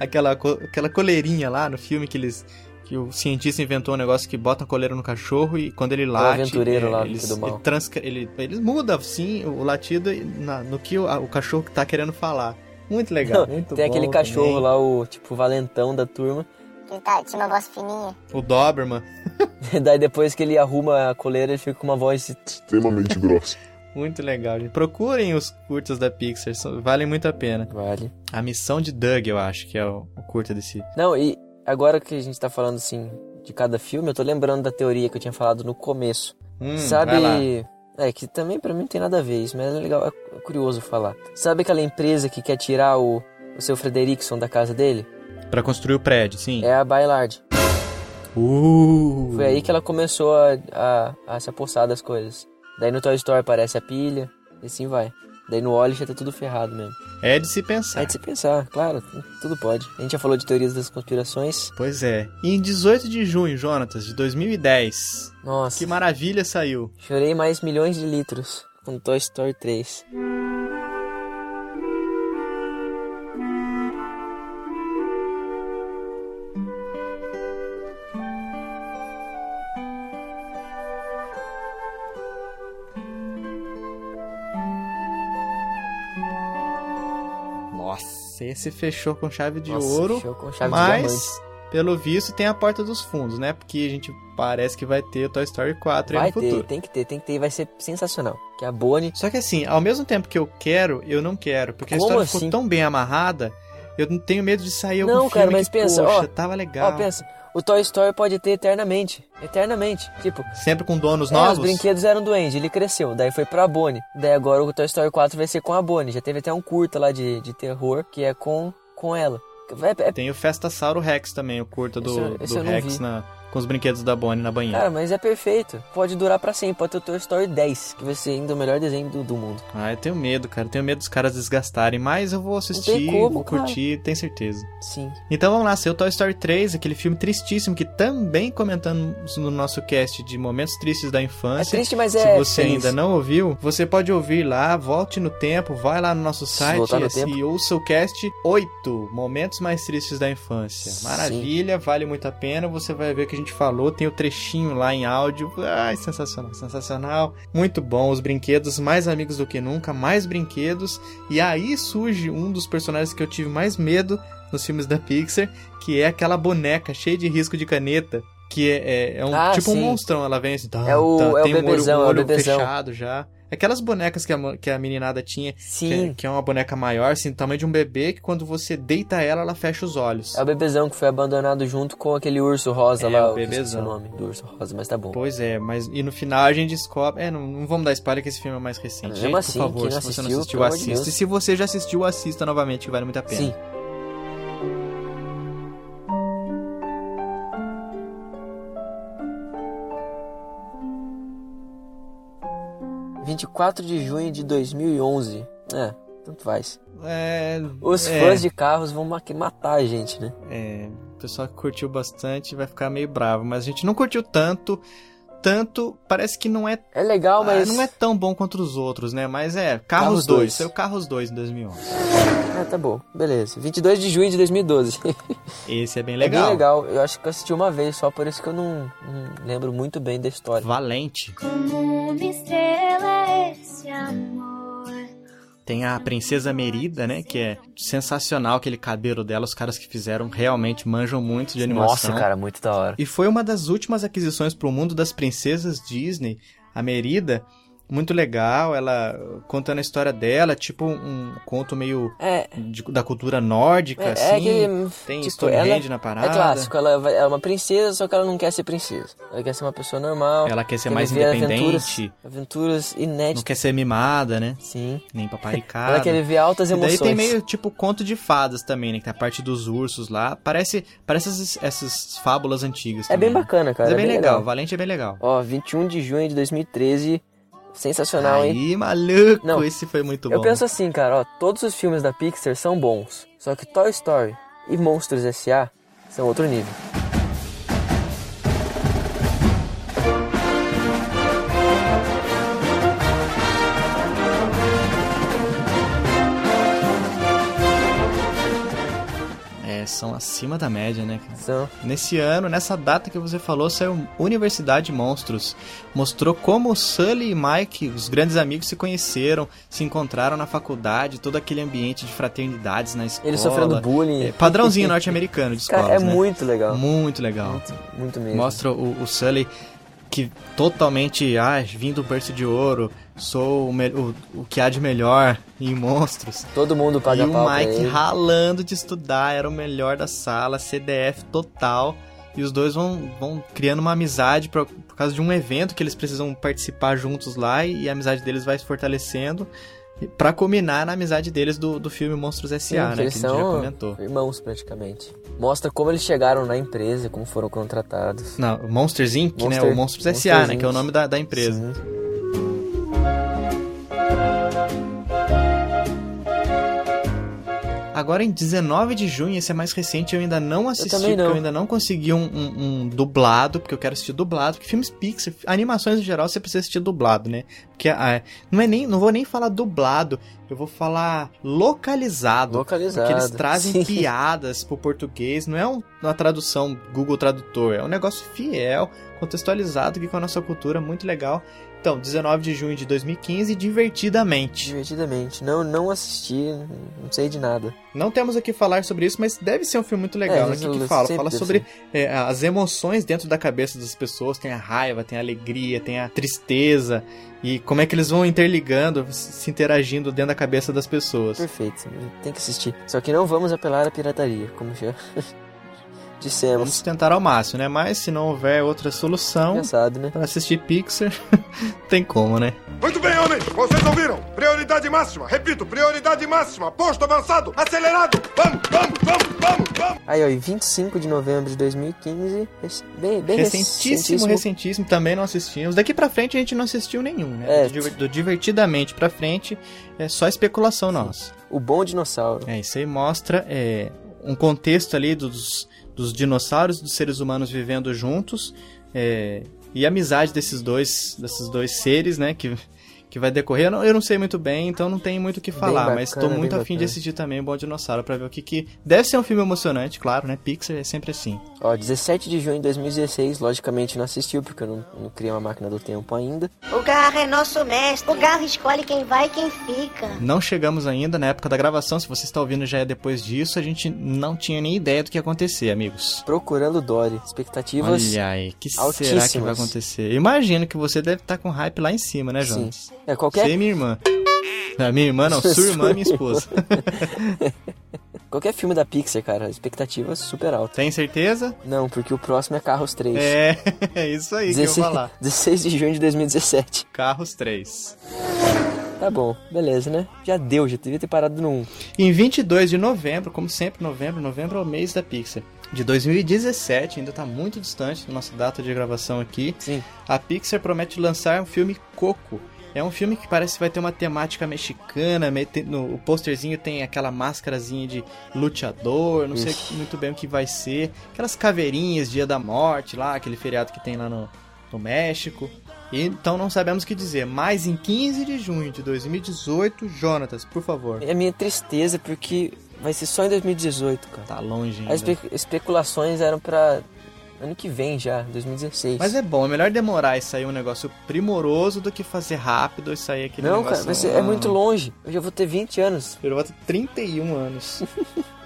[SPEAKER 2] aquela co- aquela coleirinha lá no filme que eles que o cientista inventou um negócio que bota a coleira no cachorro e quando ele late,
[SPEAKER 3] É
[SPEAKER 2] é,
[SPEAKER 3] aventureiro lá do
[SPEAKER 2] eles,
[SPEAKER 3] do mal.
[SPEAKER 2] ele, transca- ele, ele muda sim o latido na- no que o, a- o cachorro tá querendo falar. Muito legal. muito
[SPEAKER 3] Tem
[SPEAKER 2] bom
[SPEAKER 3] aquele cachorro
[SPEAKER 2] também.
[SPEAKER 3] lá, o tipo valentão da turma.
[SPEAKER 12] Que tá, tinha uma voz fininha.
[SPEAKER 2] O Doberman.
[SPEAKER 3] Daí depois que ele arruma a coleira, ele fica com uma voz
[SPEAKER 2] extremamente grosso. Muito legal, gente. Procurem os curtas da Pixar, são- valem muito a pena.
[SPEAKER 3] Vale.
[SPEAKER 2] A missão de Doug, eu acho, que é o, o curta desse.
[SPEAKER 3] Não, e agora que a gente tá falando assim de cada filme, eu tô lembrando da teoria que eu tinha falado no começo.
[SPEAKER 2] Hum, vai lá.
[SPEAKER 3] Sabe. É, que também pra mim não tem nada a ver isso, mas é legal, é curioso falar. Sabe aquela empresa que quer tirar o, o seu Frederickson da casa dele?
[SPEAKER 2] Pra construir o prédio, sim.
[SPEAKER 3] É a Bailard.
[SPEAKER 2] Uh.
[SPEAKER 3] Foi aí que ela começou a, a, a se apossar das coisas. Daí no Toy Story aparece a pilha, e assim vai. Daí no Wally já tá tudo ferrado mesmo.
[SPEAKER 2] É de se pensar.
[SPEAKER 3] É de se pensar, claro, tudo pode. A gente já falou de teorias das conspirações.
[SPEAKER 2] Pois é. E em 18 de junho, Jonatas, de 2010.
[SPEAKER 3] Nossa.
[SPEAKER 2] Que maravilha saiu.
[SPEAKER 3] Chorei mais milhões de litros com Toy Story 3.
[SPEAKER 2] Nossa, esse fechou com chave de
[SPEAKER 3] Nossa,
[SPEAKER 2] ouro.
[SPEAKER 3] fechou com chave de
[SPEAKER 2] mas,
[SPEAKER 3] diamante.
[SPEAKER 2] pelo visto, tem a porta dos fundos, né? Porque a gente parece que vai ter o Toy Story 4 aí
[SPEAKER 3] Vai
[SPEAKER 2] no futuro.
[SPEAKER 3] ter, tem que ter, tem que ter, e vai ser sensacional. Que a Bonnie.
[SPEAKER 2] Só que assim, ao mesmo tempo que eu quero, eu não quero. Porque
[SPEAKER 3] Como
[SPEAKER 2] a história
[SPEAKER 3] assim?
[SPEAKER 2] ficou tão bem amarrada, eu não tenho medo de sair algum
[SPEAKER 3] Não,
[SPEAKER 2] filme
[SPEAKER 3] cara, mas
[SPEAKER 2] que,
[SPEAKER 3] pensa,
[SPEAKER 2] poxa,
[SPEAKER 3] ó.
[SPEAKER 2] tava legal.
[SPEAKER 3] Ó, pensa, o Toy Story pode ter eternamente. Eternamente. Tipo.
[SPEAKER 2] Sempre com donos
[SPEAKER 3] é,
[SPEAKER 2] novos?
[SPEAKER 3] os brinquedos eram duende, ele cresceu, daí foi pra Bonnie. Daí agora o Toy Story 4 vai ser com a Bonnie. Já teve até um curta lá de, de terror que é com, com ela. É, é-
[SPEAKER 2] Tem o Festa Sauro Rex também, o curta do,
[SPEAKER 3] Esse eu- esse
[SPEAKER 2] do
[SPEAKER 3] eu não
[SPEAKER 2] Rex
[SPEAKER 3] vi.
[SPEAKER 2] na- com os brinquedos da Bonnie na banheira.
[SPEAKER 3] Cara, mas é perfeito. Pode durar pra sempre. Pode ter o Toy Story 10, que vai ser ainda o melhor desenho do, do mundo.
[SPEAKER 2] Ah, eu tenho medo, cara. Eu tenho medo dos caras desgastarem, mas eu vou assistir,
[SPEAKER 3] tem como,
[SPEAKER 2] vou
[SPEAKER 3] cara.
[SPEAKER 2] curtir, tenho certeza.
[SPEAKER 3] Sim. É
[SPEAKER 2] Então vamos lá, seu Toy Story 3, aquele filme tristíssimo que também comentamos no nosso cast de momentos tristes da infância.
[SPEAKER 3] É triste, mas
[SPEAKER 2] Se
[SPEAKER 3] é
[SPEAKER 2] você
[SPEAKER 3] feliz.
[SPEAKER 2] ainda não ouviu, você pode ouvir lá, volte no tempo, vai lá no nosso site
[SPEAKER 3] voltar no
[SPEAKER 2] esse-
[SPEAKER 3] tempo.
[SPEAKER 2] e ouça o cast 8, momentos mais tristes da infância. Maravilha, vale muito a pena, você vai ver o que a gente falou, tem o trechinho lá em áudio. Ai, sensacional, sensacional. Muito bom, os brinquedos mais amigos do que nunca, mais brinquedos. E aí surge um dos personagens que eu tive mais medo nos filmes da Pixar, que é aquela boneca cheia de risco de caneta. Que é, é- é um
[SPEAKER 3] Ah,
[SPEAKER 2] tipo
[SPEAKER 3] sim.
[SPEAKER 2] um monstrão, ela vem assim, tá,
[SPEAKER 3] É o-
[SPEAKER 2] tá,
[SPEAKER 3] é o
[SPEAKER 2] tem um olho-
[SPEAKER 3] bebezão,
[SPEAKER 2] um
[SPEAKER 3] é o
[SPEAKER 2] olho,
[SPEAKER 3] bebezão.
[SPEAKER 2] fechado já. Aquelas bonecas que a, mo- que a meninada tinha,
[SPEAKER 3] Sim.
[SPEAKER 2] Que, que é uma boneca maior, assim, do tamanho de um bebê, que quando você deita ela, ela fecha os olhos.
[SPEAKER 3] É o bebezão que foi abandonado junto com aquele urso rosa
[SPEAKER 2] É,
[SPEAKER 3] lá.
[SPEAKER 2] o
[SPEAKER 3] eu esqueci
[SPEAKER 2] bebezão.
[SPEAKER 3] O nome do urso rosa, mas tá bom.
[SPEAKER 2] Pois é, mas e no final a gente descobre. É, não, não vamos dar spoiler que esse filme é mais recente.
[SPEAKER 3] Mesmo
[SPEAKER 2] Gente,
[SPEAKER 3] assim,
[SPEAKER 2] por favor,
[SPEAKER 3] quem não
[SPEAKER 2] se você não
[SPEAKER 3] assistiu,
[SPEAKER 2] assistiu,
[SPEAKER 3] pelo amor de
[SPEAKER 2] assista.
[SPEAKER 3] Deus.
[SPEAKER 2] E se você já assistiu, assista novamente, que vale muito a pena.
[SPEAKER 3] Sim. R$ 24 de junho de 2011. É, tanto faz.
[SPEAKER 2] É,
[SPEAKER 3] Os
[SPEAKER 2] é,
[SPEAKER 3] fãs de carros vão ma- matar a gente, né?
[SPEAKER 2] É, o pessoal que curtiu bastante vai ficar meio bravo, mas a gente não curtiu tanto. Tanto, parece que não é.
[SPEAKER 3] É legal, mas-
[SPEAKER 2] não é tão bom quanto os outros, né? Mas é.
[SPEAKER 3] Carros
[SPEAKER 2] Carros 2.
[SPEAKER 3] dois.
[SPEAKER 2] Saiu Carros 2 em 2011.
[SPEAKER 3] É, tá bom. Beleza. 22 de junho de 2012.
[SPEAKER 2] Esse é bem
[SPEAKER 3] É
[SPEAKER 2] legal.
[SPEAKER 3] bem legal. Eu acho que eu assisti uma vez só, por isso que eu não, não lembro muito bem da história.
[SPEAKER 2] Valente.
[SPEAKER 10] Como uma estrela é esse amor.
[SPEAKER 2] Tem a Princesa Merida, né? Que é sensacional aquele cabelo dela. Os caras que fizeram realmente manjam muito de animação. né?
[SPEAKER 3] Nossa, cara, muito da hora.
[SPEAKER 2] E foi uma das últimas aquisições pro mundo das princesas Disney. A Merida, muito legal, ela contando a história dela, tipo um conto meio
[SPEAKER 3] É.
[SPEAKER 2] de- da cultura nórdica,
[SPEAKER 3] É, é
[SPEAKER 2] assim.
[SPEAKER 3] aquele,
[SPEAKER 2] Tem
[SPEAKER 3] tipo,
[SPEAKER 2] Stonehenge
[SPEAKER 3] ela
[SPEAKER 2] na parada.
[SPEAKER 3] É clássico, ela vai- é uma princesa, só que ela não quer ser princesa. Ela quer ser uma pessoa normal.
[SPEAKER 2] Ela quer ser
[SPEAKER 3] quer
[SPEAKER 2] mais
[SPEAKER 3] viver
[SPEAKER 2] independente.
[SPEAKER 3] Aventuras, aventuras inéditas.
[SPEAKER 2] Não quer ser mimada, né?
[SPEAKER 3] Sim.
[SPEAKER 2] Nem paparicada.
[SPEAKER 3] Ela quer viver altas
[SPEAKER 2] Ah, E daí tem
[SPEAKER 3] emoções.
[SPEAKER 2] meio tipo conto de fadas também, né? Que tem a parte dos ursos lá. Parece, parece essas, essas fábulas antigas.
[SPEAKER 3] É
[SPEAKER 2] também,
[SPEAKER 3] bem
[SPEAKER 2] né?
[SPEAKER 3] bacana, cara.
[SPEAKER 2] Mas é bem legal.
[SPEAKER 3] legal.
[SPEAKER 2] Valente é bem legal.
[SPEAKER 3] Ó, 21 de junho de 2013. Sensacional, hein?
[SPEAKER 2] Ih, maluco,
[SPEAKER 3] Não.
[SPEAKER 2] esse foi muito
[SPEAKER 3] Eu
[SPEAKER 2] bom.
[SPEAKER 3] penso assim, cara, ó, todos os filmes da Pixar são bons, só que Toy Story e Monstros S.A. são outro nível.
[SPEAKER 2] É, são acima da média, né, cara?
[SPEAKER 3] São.
[SPEAKER 2] Nesse ano, nessa data que você falou, saiu Universidade Monstros. Mostrou como o Sully e Mike, os grandes amigos, se conheceram, se encontraram na faculdade, todo aquele ambiente de fraternidades na escola.
[SPEAKER 3] Eles sofrendo bullying.
[SPEAKER 2] É, padrãozinho norte-americano de
[SPEAKER 3] Cara,
[SPEAKER 2] escolas,
[SPEAKER 3] é
[SPEAKER 2] né?
[SPEAKER 3] muito legal.
[SPEAKER 2] Muito legal. Muito,
[SPEAKER 3] muito mesmo.
[SPEAKER 2] Mostra o, o Sully que totalmente, ah, vim do berço de ouro, sou o, me- o, o que há de melhor em monstros.
[SPEAKER 3] Todo mundo paga
[SPEAKER 2] E o
[SPEAKER 3] pau pra
[SPEAKER 2] Mike
[SPEAKER 3] ele.
[SPEAKER 2] ralando de estudar, era o melhor da sala, CDF total. E os dois vão, vão criando uma amizade por, por causa de um evento que eles precisam participar juntos lá e, a amizade deles vai se fortalecendo. e- Pra combinar na amizade deles do, do filme Monstros S.A.,
[SPEAKER 3] Sim,
[SPEAKER 2] né?
[SPEAKER 3] porque
[SPEAKER 2] Que a
[SPEAKER 3] eles
[SPEAKER 2] gente já
[SPEAKER 3] são
[SPEAKER 2] comentou.
[SPEAKER 3] irmãos praticamente. Mostra como eles chegaram na empresa, como foram contratados.
[SPEAKER 2] Não, Monsters Inc.,
[SPEAKER 3] Monster-
[SPEAKER 2] né? O Monstros S.A.,
[SPEAKER 3] Monsters
[SPEAKER 2] né? Que é o
[SPEAKER 3] Inc.
[SPEAKER 2] nome da, da empresa. Agora em 19 de junho, esse é mais recente, eu ainda não assisti,
[SPEAKER 3] também não.
[SPEAKER 2] porque eu ainda não consegui um, um- um dublado, porque eu quero assistir dublado, porque filmes Pixar, animações em geral, você precisa assistir dublado, né? Porque ah, não é nem, não vou nem falar dublado, eu vou falar localizado.
[SPEAKER 3] Localizado.
[SPEAKER 2] Porque eles trazem
[SPEAKER 3] Sim.
[SPEAKER 2] piadas pro português, não é um- uma tradução Google Tradutor, é um negócio fiel, contextualizado aqui com a nossa cultura, muito legal. Então, 19 de junho de 2015, divertidamente.
[SPEAKER 3] Divertidamente. Não, não assisti, não sei de nada.
[SPEAKER 2] Não temos o que falar sobre isso, mas deve ser um filme muito legal.
[SPEAKER 3] É,
[SPEAKER 2] né? O
[SPEAKER 3] mas
[SPEAKER 2] que, que
[SPEAKER 3] eu
[SPEAKER 2] fala?
[SPEAKER 3] sempre
[SPEAKER 2] Fala
[SPEAKER 3] deve
[SPEAKER 2] sobre é, as emoções dentro da cabeça das pessoas. Tem a raiva, tem a alegria, tem a tristeza. E como é que eles vão interligando, se se interagindo dentro da cabeça das pessoas.
[SPEAKER 3] Perfeito, tem que assistir. Só que não vamos apelar à pirataria, como já dissemos.
[SPEAKER 2] Vamos tentar ao máximo, né? Mas se não houver outra solução
[SPEAKER 3] Engraçado, né?
[SPEAKER 2] pra assistir Pixar, tem como, né?
[SPEAKER 13] Muito bem, homens! Vocês ouviram? Prioridade máxima! Repito, prioridade Tá máxima! Posto avançado! Acelerado! Vamos, vamos, vamos, vamos, vamos!
[SPEAKER 3] Aí, ó, e 25 de novembro de 2015, rec- bem, bem
[SPEAKER 2] recentíssimo, recentíssimo, também não assistimos. Daqui pra frente a gente não assistiu nenhum, né?
[SPEAKER 3] É.
[SPEAKER 2] Do, diver- do Divertidamente pra frente é só especulação nossa.
[SPEAKER 3] O bom dinossauro.
[SPEAKER 2] É, isso aí mostra é, um contexto ali dos, dos dinossauros e dos seres humanos vivendo juntos é, e a amizade desses dois, desses dois seres, né? Que, que vai decorrer. Eu não, eu não sei muito bem, então não tem muito o que falar,
[SPEAKER 3] bacana,
[SPEAKER 2] mas tô muito
[SPEAKER 3] bem
[SPEAKER 2] afim de
[SPEAKER 3] bacana.
[SPEAKER 2] assistir também o Bom Dinossauro pra ver o que que... Deve ser um filme emocionante, claro, né? Pixar é sempre assim.
[SPEAKER 3] Ó, 17 de junho de 2016, logicamente não assistiu, porque eu não, não criei uma máquina do tempo ainda.
[SPEAKER 6] O Garra é nosso mestre. O Garra escolhe quem vai e quem fica.
[SPEAKER 2] Não chegamos ainda na época da gravação, se você está ouvindo já é depois disso, a gente não tinha nem ideia do que ia acontecer, amigos.
[SPEAKER 3] Procurando Dory, expectativas
[SPEAKER 2] Olha aí, que será
[SPEAKER 3] altíssimas.
[SPEAKER 2] que vai acontecer? Imagino que você deve estar com hype lá em cima, né, Jonas?
[SPEAKER 3] Sim. É, qualquer-
[SPEAKER 2] Você e minha irmã. Não, minha irmã não, sua irmã e minha esposa.
[SPEAKER 3] Qualquer filme da Pixar, cara, expectativas super altas.
[SPEAKER 2] Tem certeza?
[SPEAKER 3] Não, porque o próximo é Carros 3.
[SPEAKER 2] É, é isso aí que eu ia falar.
[SPEAKER 3] 16 de junho de 2017.
[SPEAKER 2] Carros 3.
[SPEAKER 3] Tá bom, beleza, né? Já deu, já devia ter parado no 1.
[SPEAKER 2] Em 22 de novembro, como sempre, novembro, novembro é o mês da Pixar. De 2017, ainda tá muito distante da nossa data de gravação aqui.
[SPEAKER 3] Sim.
[SPEAKER 2] A Pixar promete lançar um filme Coco. É um filme que parece que vai ter uma temática mexicana, meio tem- no, o posterzinho tem aquela máscarazinha de luteador, não sei
[SPEAKER 3] Ixi.
[SPEAKER 2] muito bem o que vai ser. Aquelas caveirinhas, Dia da Morte lá, aquele feriado que tem lá no, no México. E, então não sabemos o que dizer, mas em 15 de junho de 2018, Jonatas, por favor.
[SPEAKER 3] É a minha tristeza, porque vai ser só em 2018, cara.
[SPEAKER 2] Tá longe ainda.
[SPEAKER 3] As espe- especulações eram pra ano que vem já, 2016.
[SPEAKER 2] Mas é bom, é melhor demorar e sair um negócio primoroso do que fazer rápido e sair aquele
[SPEAKER 3] Não, cara,
[SPEAKER 2] negócio...
[SPEAKER 3] vai ser, é muito longe. Eu já vou ter 20 anos.
[SPEAKER 2] Eu vou ter 31 anos.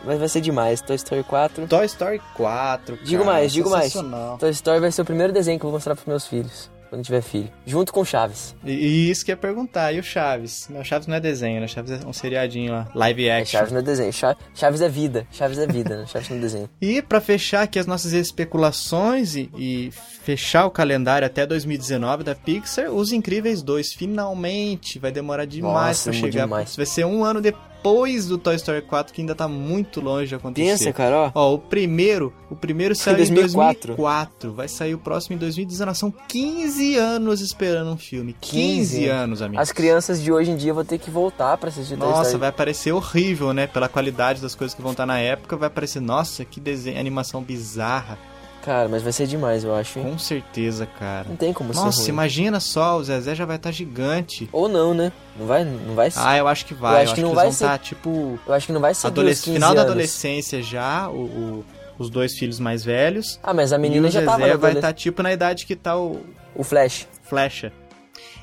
[SPEAKER 3] Mas vai ser demais. Toy Story 4.
[SPEAKER 2] Toy Story 4,
[SPEAKER 3] Digo
[SPEAKER 2] cara,
[SPEAKER 3] mais, digo mais.
[SPEAKER 2] sensacional.
[SPEAKER 3] Toy Story vai ser o primeiro desenho que eu vou mostrar pros meus filhos. quando tiver filho. Junto com o Chaves.
[SPEAKER 2] E, e isso que eu ia perguntar, e o Chaves? Não, o Chaves não é desenho, né? O Chaves é um seriadinho lá, live
[SPEAKER 3] É,
[SPEAKER 2] action.
[SPEAKER 3] Chaves não é desenho. Cha- Chaves é vida. Chaves é vida, né? Chaves não é desenho.
[SPEAKER 2] E pra fechar aqui as nossas especulações e, e fechar o calendário até 2019 da Pixar, Os Incríveis 2 finalmente vai demorar demais
[SPEAKER 3] Nossa, é
[SPEAKER 2] pra chegar.
[SPEAKER 3] demais.
[SPEAKER 2] Vai ser um ano depois do Toy Story 4 que ainda tá muito longe de acontecer.
[SPEAKER 3] Pensa, cara, ó.
[SPEAKER 2] Ó, o primeiro, o primeiro
[SPEAKER 3] é
[SPEAKER 2] saiu em
[SPEAKER 3] 2004.
[SPEAKER 2] 2004. Vai sair o próximo em 2019. São 15 anos esperando um filme. 15,
[SPEAKER 3] 15
[SPEAKER 2] anos, amigo.
[SPEAKER 3] As crianças de hoje em dia vão ter que voltar pra assistir Toy
[SPEAKER 2] Nossa,
[SPEAKER 3] Story.
[SPEAKER 2] vai parecer horrível, né? Pela qualidade das coisas que vão estar na época, vai parecer, nossa, que desenho, animação bizarra.
[SPEAKER 3] Cara, mas vai ser demais, eu acho, hein?
[SPEAKER 2] Com certeza, cara.
[SPEAKER 3] Não tem como ser
[SPEAKER 2] Nossa,
[SPEAKER 3] ruim.
[SPEAKER 2] imagina só, o Zezé já vai estar gigante.
[SPEAKER 3] Ou não, né? Não vai, não vai ser.
[SPEAKER 2] Ah, eu acho que vai.
[SPEAKER 3] Eu
[SPEAKER 2] Eu
[SPEAKER 3] acho que não
[SPEAKER 2] eles
[SPEAKER 3] vai
[SPEAKER 2] vão
[SPEAKER 3] ser-
[SPEAKER 2] tá, tipo,
[SPEAKER 3] Eu acho que não vai ser
[SPEAKER 2] adolesc-
[SPEAKER 3] dos 15
[SPEAKER 2] final da
[SPEAKER 3] anos.
[SPEAKER 2] adolescência já, o- o- os dois filhos mais velhos.
[SPEAKER 3] Ah, mas a menina
[SPEAKER 2] e o
[SPEAKER 3] já
[SPEAKER 2] Zezé
[SPEAKER 3] tava na
[SPEAKER 2] é vai
[SPEAKER 3] adolesc-
[SPEAKER 2] estar tipo na idade que tá o
[SPEAKER 3] O Flash.
[SPEAKER 2] Flecha.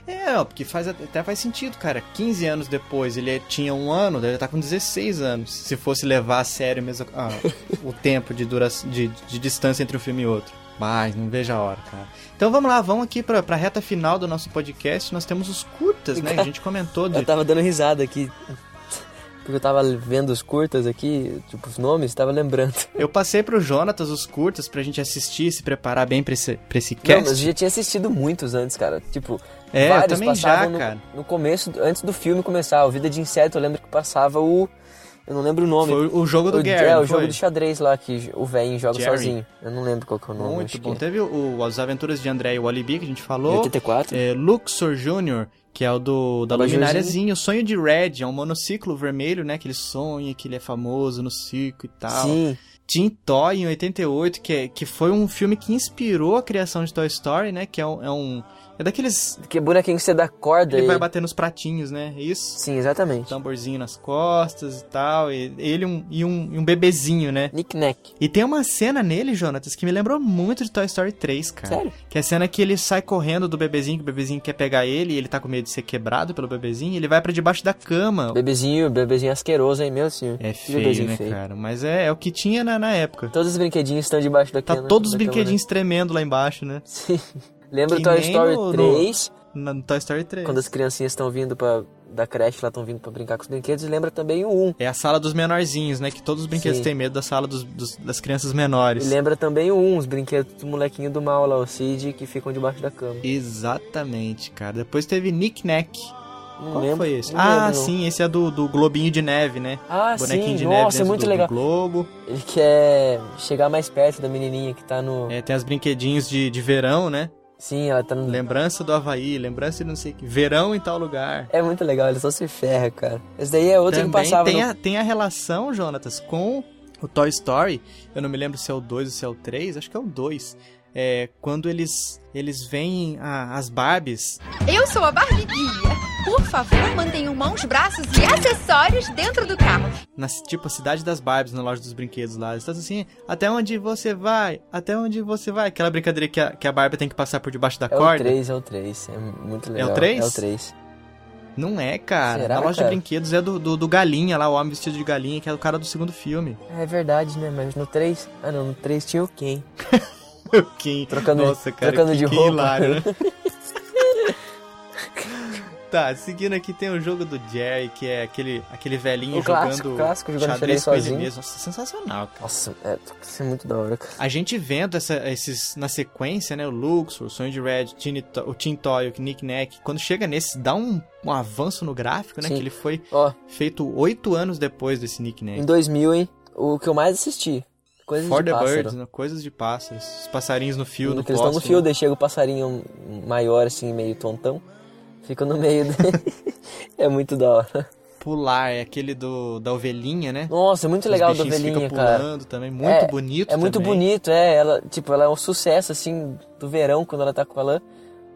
[SPEAKER 2] É, ó, porque faz até até faz sentido, cara. 15 anos depois, ele tinha um ano, ele tá com 16 anos. Se fosse levar a sério mesmo ah, o tempo de, dura de, de distância entre um filme e outro. Mas não vejo a hora, cara. Então vamos lá, vamos aqui pra, pra reta final do nosso podcast. Nós temos os curtas, né? que A gente comentou de.
[SPEAKER 3] Eu tava dando risada aqui. Porque eu tava vendo os curtas aqui, tipo, os nomes, tava lembrando.
[SPEAKER 2] Eu passei pro Jonatas os curtas pra gente assistir, se preparar bem pra esse, pra esse
[SPEAKER 3] Não,
[SPEAKER 2] cast.
[SPEAKER 3] mas eu já tinha assistido muitos antes, cara. Tipo,
[SPEAKER 2] É, eu
[SPEAKER 3] vários
[SPEAKER 2] também já,
[SPEAKER 3] passavam no,
[SPEAKER 2] cara.
[SPEAKER 3] no começo, antes do filme começar. O Vida de Inseto, eu lembro que passava o... Eu não lembro o nome.
[SPEAKER 2] Foi o jogo do
[SPEAKER 3] o,
[SPEAKER 2] Gary,
[SPEAKER 3] É,
[SPEAKER 2] não
[SPEAKER 3] o jogo
[SPEAKER 2] foi?
[SPEAKER 3] do xadrez lá, que o velhinho joga
[SPEAKER 2] Jerry.
[SPEAKER 3] sozinho. Eu não lembro qual que é o nome.
[SPEAKER 2] Muito
[SPEAKER 3] acho
[SPEAKER 2] bom.
[SPEAKER 3] que...
[SPEAKER 2] Teve o, As Aventuras de André e o Wally B, que a gente falou.
[SPEAKER 3] Em 84.
[SPEAKER 2] É, Luxor Jr., que é o do, da
[SPEAKER 3] Fala,
[SPEAKER 2] lumináriazinha. O Sonho de Red, é um monociclo vermelho, né? Que ele sonha que ele é famoso no circo e tal.
[SPEAKER 3] Sim.
[SPEAKER 2] Teen Toy, em 88, que, é, que foi um filme que inspirou a criação de Toy Story, né? Que é um... É, um, é daqueles...
[SPEAKER 3] Que bonequinho que você dá corda
[SPEAKER 2] Ele
[SPEAKER 3] e...
[SPEAKER 2] vai bater nos pratinhos, né? É Isso?
[SPEAKER 3] Sim, exatamente.
[SPEAKER 2] Tamborzinho nas costas e tal. E, ele um, e, um, e um bebezinho, né?
[SPEAKER 3] Knick-knack.
[SPEAKER 2] E tem uma cena nele, Jonatas, que me lembrou muito de Toy Story 3, cara.
[SPEAKER 3] Sério?
[SPEAKER 2] Que é a cena que ele sai correndo do bebezinho, que o bebezinho quer pegar ele, e ele tá com medo de ser quebrado pelo bebezinho, e ele vai pra debaixo da cama.
[SPEAKER 3] Bebezinho, bebezinho asqueroso, hein, meu senhor.
[SPEAKER 2] É
[SPEAKER 3] Que
[SPEAKER 2] feio,
[SPEAKER 3] bebezinho
[SPEAKER 2] né, cara? Mas é, é o que tinha na, na época.
[SPEAKER 3] Todos os brinquedinhos estão debaixo da
[SPEAKER 2] Tá
[SPEAKER 3] cama-
[SPEAKER 2] todos os
[SPEAKER 3] da cama, né?
[SPEAKER 2] brinquedinhos tremendo lá embaixo, né?
[SPEAKER 3] Sim. Lembra
[SPEAKER 2] Que
[SPEAKER 3] o Toy
[SPEAKER 2] nem
[SPEAKER 3] Story
[SPEAKER 2] no- É. no-
[SPEAKER 3] 3,
[SPEAKER 2] Na- No Toy Story 3.
[SPEAKER 3] quando as criancinhas estão vindo pra, da creche, lá estão vindo pra brincar com os brinquedos. E lembra também o 1.
[SPEAKER 2] É a sala dos menorzinhos, né? Que todos os brinquedos
[SPEAKER 3] Sim. é-
[SPEAKER 2] têm medo da sala dos, dos- das crianças
[SPEAKER 3] E
[SPEAKER 2] menores.
[SPEAKER 3] lembra também o 1, os brinquedos do molequinho do mal lá, o Cid, que ficam debaixo da cama.
[SPEAKER 2] Exatamente, cara. Depois teve Nick Nack.
[SPEAKER 3] Não
[SPEAKER 2] Qual
[SPEAKER 3] lembro.
[SPEAKER 2] foi esse?
[SPEAKER 3] não
[SPEAKER 2] Ah,
[SPEAKER 3] lembro, não.
[SPEAKER 2] sim, esse é do, do Globinho de Neve, né?
[SPEAKER 3] Ah,
[SPEAKER 2] Bonequinho
[SPEAKER 3] sim.
[SPEAKER 2] de neve
[SPEAKER 3] Nossa, é
[SPEAKER 2] dentro
[SPEAKER 3] muito
[SPEAKER 2] do,
[SPEAKER 3] legal.
[SPEAKER 2] do globo.
[SPEAKER 3] Ele quer chegar mais perto da menininha que tá no...
[SPEAKER 2] É, tem as brinquedinhos de, de verão, né?
[SPEAKER 3] Sim, ela tá no...
[SPEAKER 2] Lembrança do Havaí, lembrança de não sei o que. Verão em tal lugar.
[SPEAKER 3] É muito legal, ele só se ferra, cara. Esse daí é outro
[SPEAKER 2] Também
[SPEAKER 3] que passava
[SPEAKER 2] tem,
[SPEAKER 3] no...
[SPEAKER 2] a, tem a relação, Jonatas, com o Toy Story. Eu não me lembro se é o 2 ou se é o 3, acho que é o 2. É, quando eles eles veem a- as Barbies.
[SPEAKER 14] Eu sou a Barbie Guia. Por favor, mantenham mãos, braços e acessórios dentro do carro.
[SPEAKER 2] Na, tipo, a cidade das Barbies, na loja dos brinquedos lá. Eles fazem assim, até onde você vai? Até onde você vai? Aquela brincadeira que a, que a Barbie tem que passar por debaixo da
[SPEAKER 3] É o
[SPEAKER 2] corda.
[SPEAKER 3] 3, é o 3. É muito legal.
[SPEAKER 2] três?
[SPEAKER 3] É o 3.
[SPEAKER 2] Não é, cara.
[SPEAKER 3] Será,
[SPEAKER 2] a loja
[SPEAKER 3] cara?
[SPEAKER 2] de brinquedos é do, do, do Galinha lá, o homem vestido de galinha, que é o cara do segundo filme.
[SPEAKER 3] É verdade, né? Mas no 3... Ah, não. No 3 tinha o Ken.
[SPEAKER 2] Quem... tá-
[SPEAKER 3] Trocando,
[SPEAKER 2] Nossa, cara,
[SPEAKER 3] trocando
[SPEAKER 2] que-
[SPEAKER 3] de
[SPEAKER 2] que
[SPEAKER 3] roupa.
[SPEAKER 2] hilário, né? Tá, seguindo aqui tem o jogo do Jerry, que é aquele, aquele velhinho
[SPEAKER 3] O clássico,
[SPEAKER 2] jogando,
[SPEAKER 3] clássico, jogando xadrez
[SPEAKER 2] com ele
[SPEAKER 3] sozinho.
[SPEAKER 2] mesmo. Nossa, sensacional, cara.
[SPEAKER 3] Nossa, é, isso é muito da hora, cara.
[SPEAKER 2] A gente vendo essa- esses na sequência, né? O Luxor, o Sonho de Red, o Teen To- o Teen Toy, o Knick Knack. Quando chega nesse, dá um, um avanço no gráfico, né?
[SPEAKER 3] Sim.
[SPEAKER 2] Que ele foi
[SPEAKER 3] Ó,
[SPEAKER 2] feito oito anos depois desse Knick Knack.
[SPEAKER 3] em 2000, hein? O que eu mais assisti. Coisas
[SPEAKER 2] For
[SPEAKER 3] de
[SPEAKER 2] the
[SPEAKER 3] pássaro.
[SPEAKER 2] Birds, né? coisas de pássaros. Os passarinhos no fio, no
[SPEAKER 3] Quando eles estão no
[SPEAKER 2] poste,
[SPEAKER 3] fio,
[SPEAKER 2] né?
[SPEAKER 3] daí chega o passarinho maior, assim, meio tontão. Fica no meio dele. é muito da hora.
[SPEAKER 2] Pular, é aquele do, da ovelhinha, né?
[SPEAKER 3] Nossa, é muito
[SPEAKER 2] Os
[SPEAKER 3] legal da
[SPEAKER 2] bichinhos ficam
[SPEAKER 3] ovelhinha, cara.
[SPEAKER 2] pulando também, muito
[SPEAKER 3] é,
[SPEAKER 2] bonito
[SPEAKER 3] É muito
[SPEAKER 2] também.
[SPEAKER 3] bonito, é. Ela, tipo, ela é um sucesso, assim, do verão, quando ela tá com a lã.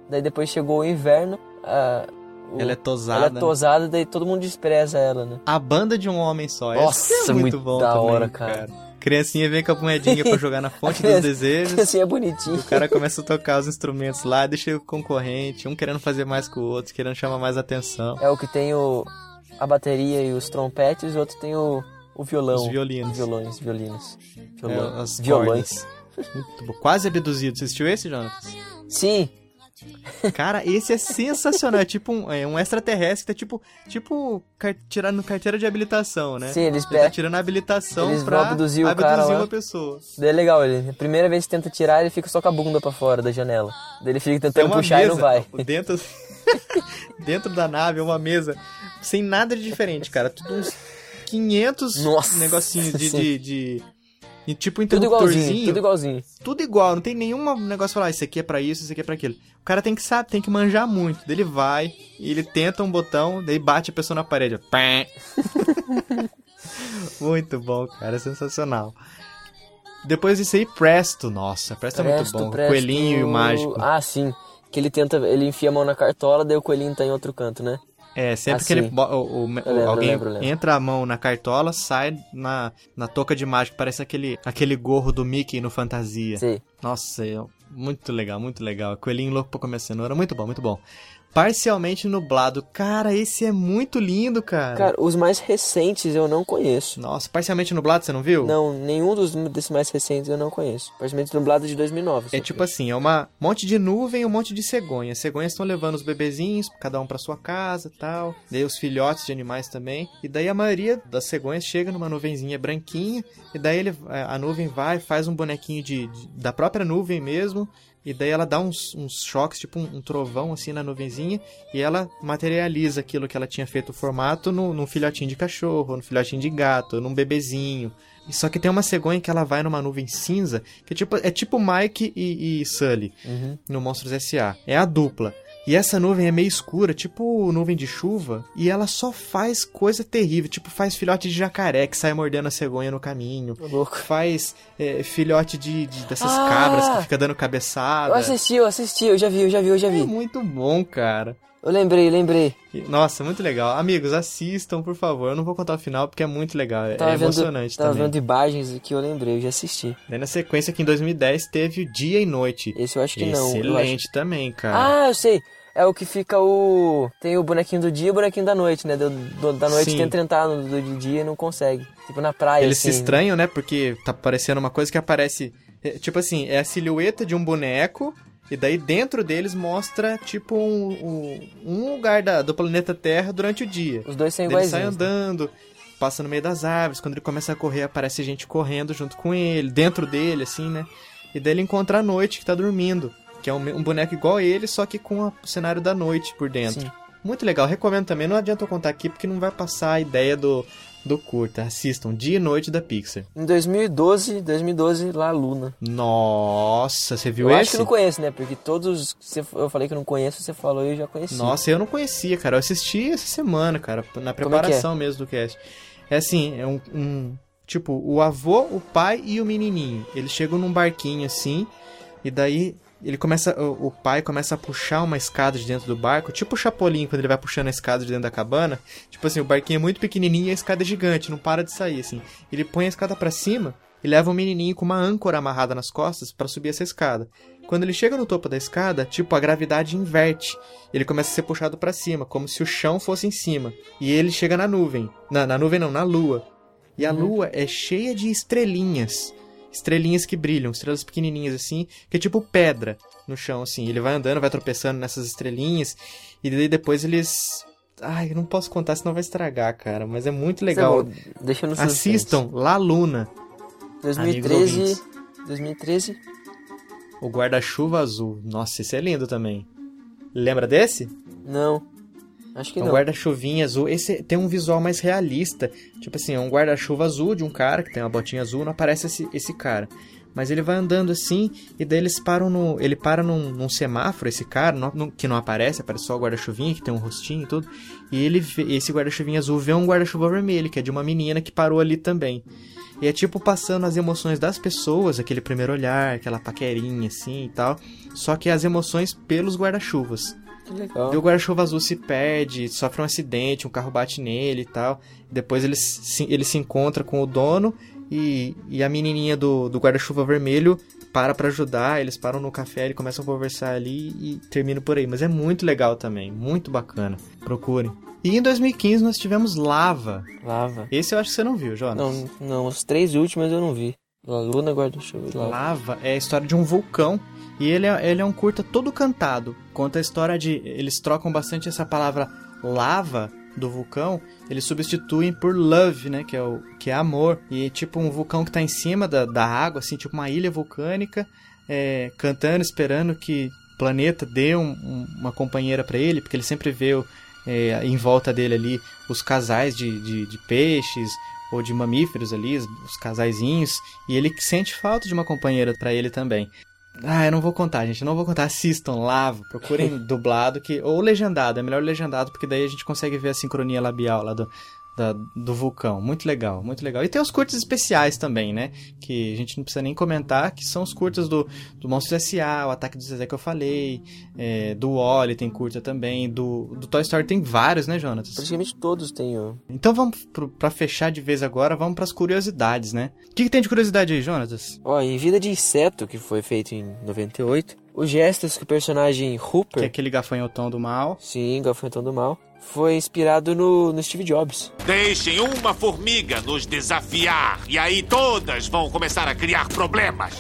[SPEAKER 3] Daí depois chegou o inverno. a- o-
[SPEAKER 2] Ela é tosada,
[SPEAKER 3] Ela é
[SPEAKER 2] né?
[SPEAKER 3] tosada, daí todo mundo despreza ela, né?
[SPEAKER 2] A banda de um homem só.
[SPEAKER 3] Nossa,
[SPEAKER 2] esse é muito,
[SPEAKER 3] muito
[SPEAKER 2] bom
[SPEAKER 3] da
[SPEAKER 2] também,
[SPEAKER 3] hora, cara.
[SPEAKER 2] Criancinha vem com a moedinha pra jogar na fonte dos desejos.
[SPEAKER 3] Assim é bonitinho.
[SPEAKER 2] O cara começa a tocar os instrumentos lá, deixa o concorrente, um querendo fazer mais que o outro, querendo chamar mais atenção.
[SPEAKER 3] É o que tem o, a bateria e os trompetes, e o outro tem o, o Então, violão.
[SPEAKER 2] Os violinos.
[SPEAKER 3] Violões, violinos.
[SPEAKER 2] É,
[SPEAKER 3] Violão-
[SPEAKER 2] as
[SPEAKER 3] violões.
[SPEAKER 2] cordas. Muito bom. Quase abduzido. Você assistiu esse, Jonathan?
[SPEAKER 3] Sim,
[SPEAKER 2] Cara, esse é sensacional. É tipo um, é um extraterrestre que tá tipo, tipo car- tirando carteira de habilitação, né?
[SPEAKER 3] Sim, eles
[SPEAKER 2] Ele tá
[SPEAKER 3] pegam-
[SPEAKER 2] tirando a habilitação
[SPEAKER 3] Eles vão
[SPEAKER 2] pra
[SPEAKER 3] abduzir o cara lá.
[SPEAKER 2] uma pessoa.
[SPEAKER 3] Daí é legal, ele. A primeira vez que tenta tirar, ele fica só com a bunda pra fora da janela. Daí ele fica
[SPEAKER 2] Tem um
[SPEAKER 3] tentando
[SPEAKER 2] É uma
[SPEAKER 3] puxar e não
[SPEAKER 2] mesa
[SPEAKER 3] vai.
[SPEAKER 2] Dentro, dentro da nave, é uma mesa sem nada de diferente, cara. Tudo uns 500
[SPEAKER 3] Nossa
[SPEAKER 2] negocinhos de,
[SPEAKER 3] Senhora.
[SPEAKER 2] de, de- e tipo
[SPEAKER 3] Tudo igualzinho,
[SPEAKER 2] interruptorzinho.
[SPEAKER 3] tudo igualzinho.
[SPEAKER 2] Tudo igual, não tem nenhum negócio falar, isso aqui é pra isso, isso aqui é pra aquilo. O cara tem que saber, tem que manjar muito. Daí ele vai, e ele tenta um botão, daí bate a pessoa na parede. ó. Pé. muito bom, cara, é sensacional. Depois disso aí, Presto, nossa, Presto, é muito
[SPEAKER 3] Presto,
[SPEAKER 2] bom.
[SPEAKER 3] presto.
[SPEAKER 2] Coelhinho e o mágico.
[SPEAKER 3] Ah, sim. Que ele tenta, ele enfia a mão na cartola, daí o coelhinho tá em outro canto, né?
[SPEAKER 2] É, sempre
[SPEAKER 3] Ah,
[SPEAKER 2] que ele,
[SPEAKER 3] sim.
[SPEAKER 2] bo- o, o-
[SPEAKER 3] Eu lembro,
[SPEAKER 2] alguém
[SPEAKER 3] lembro, lembro.
[SPEAKER 2] entra a mão na cartola, sai na, na touca de mágico, parece aquele, aquele gorro do Mickey no Fantasia.
[SPEAKER 3] Sim.
[SPEAKER 2] Nossa, é muito legal, muito legal. Coelhinho louco pra comer cenoura, muito bom, muito bom. Parcialmente nublado. Cara, esse é muito lindo, cara.
[SPEAKER 3] Cara, os mais recentes eu não conheço.
[SPEAKER 2] Nossa, parcialmente nublado você não viu?
[SPEAKER 3] Não, nenhum dos desses mais recentes eu não conheço. Parcialmente nublado de 2009.
[SPEAKER 2] É tipo assim, é uma um monte de nuvem e um monte de cegonha. Cegonhas estão levando os bebezinhos, cada um pra sua casa tal. Daí os filhotes de animais também. E daí a maioria das cegonhas chega numa nuvenzinha branquinha. E daí ele, é, a nuvem vai, faz um bonequinho de, de- da própria nuvem mesmo. E daí ela dá uns, uns choques, tipo um, um trovão assim na nuvenzinha. E ela materializa aquilo que ela tinha feito o formato no, num filhotinho de cachorro, num filhotinho de gato, num bebezinho. E Só que tem uma cegonha que ela vai numa nuvem cinza, que é tipo, é tipo Mike e, e Sully
[SPEAKER 3] Uhum.
[SPEAKER 2] no Monstros S.A. É a dupla. E essa nuvem é meio escura, tipo nuvem de chuva, e ela só faz coisa terrível, tipo faz filhote de jacaré que sai mordendo a cegonha no caminho, faz é, filhote de, de- dessas
[SPEAKER 3] Ah!
[SPEAKER 2] cabras que fica dando
[SPEAKER 3] Eu
[SPEAKER 2] cabeçada.
[SPEAKER 3] assisti, eu assisti, eu já vi, eu já vi, eu já vi.
[SPEAKER 2] É muito bom, cara.
[SPEAKER 3] Eu lembrei, lembrei.
[SPEAKER 2] E- Nossa, muito legal. Amigos, assistam, por favor. Eu não vou contar o final porque é muito legal, é-
[SPEAKER 3] Tava
[SPEAKER 2] é
[SPEAKER 3] vendo-
[SPEAKER 2] emocionante
[SPEAKER 3] Tava
[SPEAKER 2] também.
[SPEAKER 3] vendo imagens que eu lembrei, eu já assisti.
[SPEAKER 2] Daí Né, na sequência que em 2010 teve o Dia e Noite.
[SPEAKER 3] Esse eu acho que não, eu
[SPEAKER 2] Excelente também, cara.
[SPEAKER 3] Ah, eu sei. É o que fica o. Tem o bonequinho do dia e o bonequinho da noite, né? Do- do- da noite
[SPEAKER 2] Sim.
[SPEAKER 3] tenta entrar no do, do dia e não consegue. Tipo na praia.
[SPEAKER 2] Eles
[SPEAKER 3] assim.
[SPEAKER 2] se estranham, né? Porque tá parecendo uma coisa que aparece. é, Tipo assim, é a silhueta de um boneco. E daí dentro deles mostra, tipo, um, um- um lugar da- do planeta Terra durante o dia.
[SPEAKER 3] Os dois são
[SPEAKER 2] Daí Ele sai
[SPEAKER 3] iguaizinhos, né?
[SPEAKER 2] andando, passa no meio das árvores. Quando ele começa a correr, aparece gente correndo junto com ele, dentro dele, assim, né? E daí ele encontra a noite que tá dormindo. Que é um, me- um boneco igual a ele, só que com a- o cenário da noite por dentro.
[SPEAKER 3] Sim.
[SPEAKER 2] Muito legal, recomendo também. Não adianta eu contar aqui porque não vai passar a ideia do, do curta. Assistam Dia e Noite da Pixar.
[SPEAKER 3] Em 2012, 2012, lá Luna.
[SPEAKER 2] Nossa, você viu
[SPEAKER 3] eu acho
[SPEAKER 2] esse?
[SPEAKER 3] que não conheço, né? Porque todos. que você- eu falei que eu não conheço, você falou e eu já conheci.
[SPEAKER 2] Nossa, eu não conhecia, cara. Eu assisti essa semana, cara, na
[SPEAKER 3] Como é que é?
[SPEAKER 2] preparação mesmo do cast. É assim, é um, um- Tipo, o avô, o pai e o menininho. Eles chegam num barquinho assim, e daí ele começa. O, o pai começa a puxar uma escada de dentro do barco, tipo o Chapolin, quando ele vai puxando a escada de dentro da cabana. Tipo assim, o barquinho é muito pequenininho e a escada é gigante, não para de sair, assim. Ele põe a escada pra cima e leva o menininho com uma âncora amarrada nas costas pra subir essa escada. Quando ele chega no topo da escada, tipo, a gravidade inverte. Ele começa a ser puxado pra cima, como se o chão fosse em cima. E ele chega na nuvem. Na, na nuvem não, na lua. E a
[SPEAKER 3] Uhum.
[SPEAKER 2] lua é cheia de estrelinhas. Estrelinhas que brilham, estrelas pequenininhas assim, que é tipo pedra no chão, assim. Ele vai andando, vai tropeçando nessas estrelinhas. E daí depois eles... Ai, eu não posso contar, senão vai estragar, cara. Mas é muito legal.
[SPEAKER 3] Tá bom, deixa no suspense.
[SPEAKER 2] Assistam La Luna, amigos
[SPEAKER 3] 2013. 2013.
[SPEAKER 2] o guarda-chuva azul. Nossa, esse é lindo também. Lembra desse?
[SPEAKER 3] Não. Acho que
[SPEAKER 2] É um
[SPEAKER 3] não.
[SPEAKER 2] guarda-chuvinha azul. Esse tem um visual mais realista. Tipo assim, é um guarda-chuva azul de um cara que tem uma botinha azul, não aparece esse, esse cara. Mas ele vai andando assim, e daí eles param no. Ele para num, num semáforo, esse cara, não- não- que não aparece, aparece só o guarda-chuvinha, que tem um rostinho e tudo. E ele vê- esse guarda-chuvinha azul vê um guarda-chuva vermelho, que é de uma menina que parou ali também. E é tipo passando as emoções das pessoas, aquele primeiro olhar, aquela paquerinha assim e tal. Só que as emoções pelos guarda-chuvas.
[SPEAKER 3] Que legal.
[SPEAKER 2] E o guarda-chuva azul se perde, sofre um acidente, um carro bate nele e tal. Depois ele se, ele se encontra com o dono e, e a menininha do, do guarda-chuva vermelho para pra ajudar. Eles param no café, eles começam a conversar ali e terminam por aí. Mas é muito legal também, muito bacana. Procurem. E em 2015 nós tivemos Lava.
[SPEAKER 3] Lava.
[SPEAKER 2] Esse eu acho que você não viu, Jonas.
[SPEAKER 3] Não, não, os três últimos eu não vi. La Luna Guarda-Chuva e Lava.
[SPEAKER 2] Lava é a história de um vulcão. E ele é, ele é um curta todo cantado. Conta a história de. Eles trocam bastante essa palavra lava do vulcão. Eles substituem por love, né? Que é, o, que é amor. E é tipo um vulcão que tá em cima da, da água, assim, tipo uma ilha vulcânica. é, cantando, esperando que o planeta dê um- um- uma companheira para ele, porque ele sempre vê o- é, em volta dele ali os casais de, de, de peixes ou de mamíferos ali, os- os casaizinhos, e ele sente falta de uma companheira para ele também. Ah, eu não vou contar, gente, eu não vou contar. Assistam, lavo, procurem dublado que ou legendado, é melhor legendado porque daí a gente consegue ver a sincronia labial lá do da- do vulcão, muito legal, muito legal. E tem os curtos especiais também, né? Que a gente não precisa nem comentar, que são os curtos do, do Monstro S.A., o Ataque do Zezé que eu falei, é, do Wally tem curta também, do, do Toy Story tem vários, né, Jonas?
[SPEAKER 3] Praticamente todos têm, ó.
[SPEAKER 2] Então vamos pro, pra fechar de vez agora, vamos pras curiosidades, né? O que, que tem de curiosidade aí, Jonas?
[SPEAKER 3] Ó, em Vida de Inseto, que foi feito em 98, os gestos que o personagem Hooper... Que é
[SPEAKER 2] aquele gafanhotão do mal.
[SPEAKER 3] Sim, gafanhotão do mal. Foi inspirado no, no Steve Jobs.
[SPEAKER 15] Deixem uma formiga nos desafiar e aí todas vão começar a criar problemas.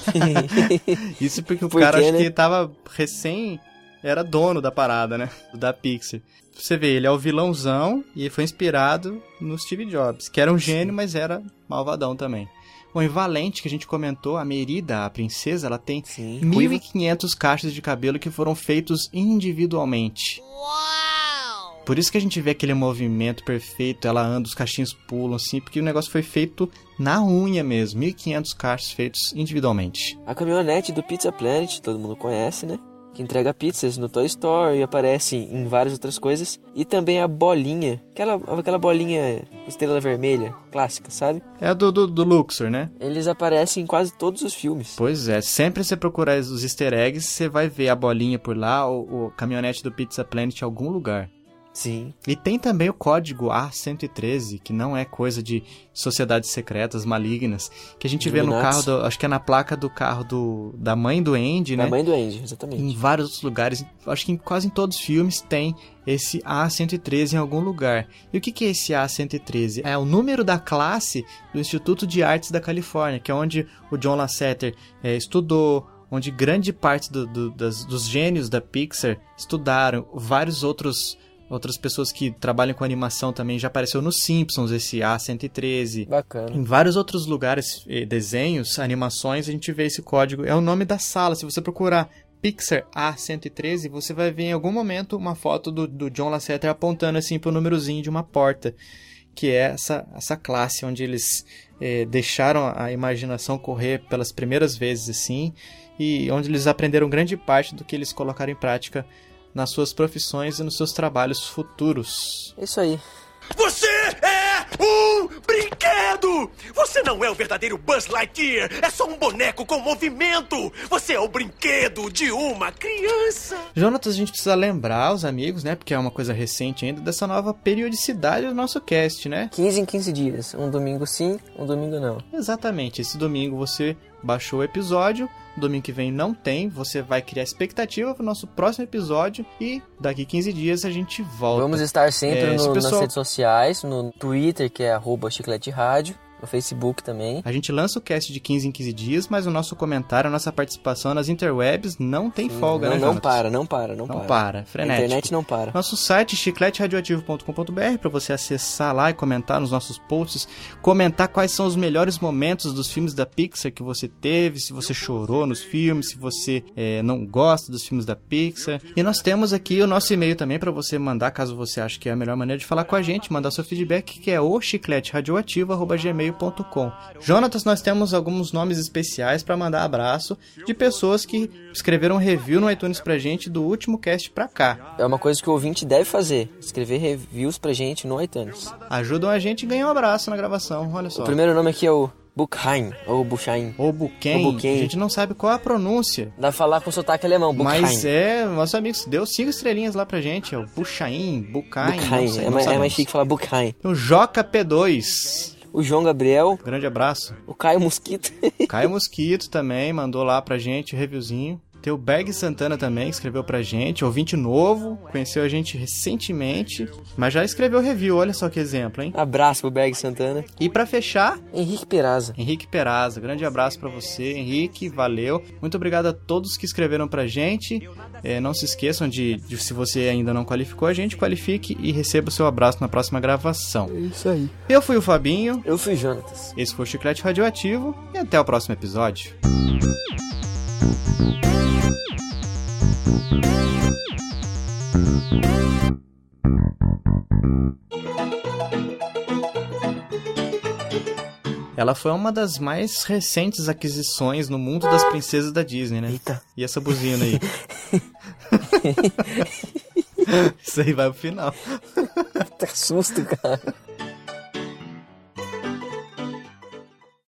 [SPEAKER 2] Isso porque o
[SPEAKER 15] Porque,
[SPEAKER 2] cara acho
[SPEAKER 15] né?
[SPEAKER 2] que tava recém. Era dono da parada, né? Da Pixar. Você vê, ele é o vilãozão e foi inspirado no Steve Jobs, que era um gênio, mas era malvadão também. Bom, em Valente, que a gente comentou, a Merida, a princesa, ela tem 1.500 caixas de cabelo que foram feitos individualmente. Por isso que a gente vê aquele movimento perfeito, ela anda, os cachinhos pulam, assim, porque o negócio foi feito na unha mesmo. 1.500 caixas feitos individualmente.
[SPEAKER 3] A caminhonete do Pizza Planet, todo mundo conhece, né? Que entrega pizzas no Toy Story e aparece em várias outras coisas. E também a bolinha, aquela, aquela bolinha estrela vermelha, clássica, sabe?
[SPEAKER 2] É a do, do, do Luxor, né?
[SPEAKER 3] Eles aparecem em quase todos os filmes.
[SPEAKER 2] Pois é, sempre você procurar os easter eggs, você vai ver a bolinha por lá, o, o caminhonete do Pizza Planet em algum lugar.
[SPEAKER 3] Sim.
[SPEAKER 2] E tem também o código A113, que não é coisa de sociedades secretas malignas, que a gente vê no carro,
[SPEAKER 3] Illuminati.
[SPEAKER 2] do- acho que é na placa do carro do, da mãe do Andy,
[SPEAKER 3] Da
[SPEAKER 2] né?
[SPEAKER 3] mãe do Andy, exatamente.
[SPEAKER 2] Em vários outros lugares, acho que em quase em todos os filmes tem esse A113 em algum lugar. E o que, que é esse A113? É o número da classe do Instituto de Artes da Califórnia, que é onde o John Lasseter eh, estudou, onde grande parte do- do- das- dos gênios da Pixar estudaram, vários outros outras pessoas que trabalham com animação também já apareceu nos Simpsons esse A113.
[SPEAKER 3] Bacana.
[SPEAKER 2] Em vários outros lugares, eh, desenhos, animações, a gente vê esse código. É o nome da sala. Se você procurar Pixar A113, você vai ver em algum momento uma foto do, do John Lasseter apontando assim pro númerozinho de uma porta, que é essa, essa classe onde eles eh, deixaram a imaginação correr pelas primeiras vezes assim, e onde eles aprenderam grande parte do que eles colocaram em prática nas suas profissões e nos seus trabalhos futuros.
[SPEAKER 3] Isso aí.
[SPEAKER 4] Você é um brinquedo! Você não é o verdadeiro Buzz Lightyear! É só um boneco com movimento! Você é o brinquedo de uma criança!
[SPEAKER 2] Jonatas, a gente precisa lembrar os amigos, né? Porque é uma coisa recente ainda, dessa nova periodicidade do nosso cast, né?
[SPEAKER 3] 15 em 15 dias. Um domingo sim, um domingo não.
[SPEAKER 2] Exatamente. Esse domingo você baixou o episódio, domingo que vem não tem, você vai criar expectativa pro nosso próximo episódio e daqui 15 dias a gente volta.
[SPEAKER 3] Vamos estar sempre
[SPEAKER 2] É,
[SPEAKER 3] no-
[SPEAKER 2] se o
[SPEAKER 3] nas
[SPEAKER 2] pessoal-
[SPEAKER 3] redes sociais, no Twitter, que é arroba chiclete rádio, no Facebook também.
[SPEAKER 2] A gente lança o cast de 15 em 15 dias, mas o nosso comentário, a nossa participação nas interwebs não tem folga,
[SPEAKER 3] não,
[SPEAKER 2] né,
[SPEAKER 3] não
[SPEAKER 2] Jonatas?
[SPEAKER 3] para, não para, não,
[SPEAKER 2] Não
[SPEAKER 3] para.
[SPEAKER 2] para, frenético.
[SPEAKER 3] A internet não para.
[SPEAKER 2] Nosso site chicleteradioativo.com.br para você acessar lá e comentar nos nossos posts, comentar quais são os melhores momentos dos filmes da Pixar que você teve, se você chorou nos filmes, se você eh, não gosta dos filmes da Pixar. E nós temos aqui o nosso e-mail também para você mandar, caso você ache que é a melhor maneira de falar com a gente, mandar seu feedback que é o chicleteradioativo@gmail.com. Jonatas, nós temos alguns nomes especiais para mandar abraço de pessoas que escreveram review no iTunes pra gente do último cast pra cá.
[SPEAKER 3] É uma coisa que o ouvinte deve fazer, escrever reviews pra gente no iTunes.
[SPEAKER 2] Ajudam a gente e ganham um abraço na gravação, olha só.
[SPEAKER 3] O primeiro nome aqui é o Buchheim, ou Buchheim.
[SPEAKER 2] Ou Buchheim, a gente não sabe qual é a pronúncia.
[SPEAKER 3] Dá pra falar com sotaque alemão, Buchheim.
[SPEAKER 2] Mas é, nossos amigos, deu cinco estrelinhas lá pra gente, é o Buchaim, Bucaim,
[SPEAKER 3] Buchheim, é, mais, é mais chique falar Buchheim.
[SPEAKER 2] O Então, Joca P2.
[SPEAKER 3] O João Gabriel.
[SPEAKER 2] Grande abraço.
[SPEAKER 3] O Caio Mosquito.
[SPEAKER 2] Caio Mosquito também mandou lá pra gente o reviewzinho. Tem o Berg Santana também, que escreveu pra gente, ouvinte novo, conheceu a gente recentemente, mas já escreveu review, olha só que exemplo, hein?
[SPEAKER 3] Abraço pro Berg Santana.
[SPEAKER 2] E pra fechar,
[SPEAKER 3] Henrique Peraza.
[SPEAKER 2] Henrique Peraza, grande abraço pra você, Henrique, valeu. Muito obrigado a todos que escreveram pra gente. É, não se esqueçam de, de, se você ainda não qualificou a gente, qualifique e receba o seu abraço na próxima gravação.
[SPEAKER 3] É isso aí.
[SPEAKER 2] Eu fui o Fabinho.
[SPEAKER 3] Eu fui o Jonatas.
[SPEAKER 2] Esse foi o Chiclete Radioativo e até o próximo episódio. Ela foi uma das mais recentes aquisições no mundo das princesas da Disney, né?
[SPEAKER 3] Eita.
[SPEAKER 2] E essa buzina aí? Isso aí vai pro final.
[SPEAKER 3] tá susto, cara.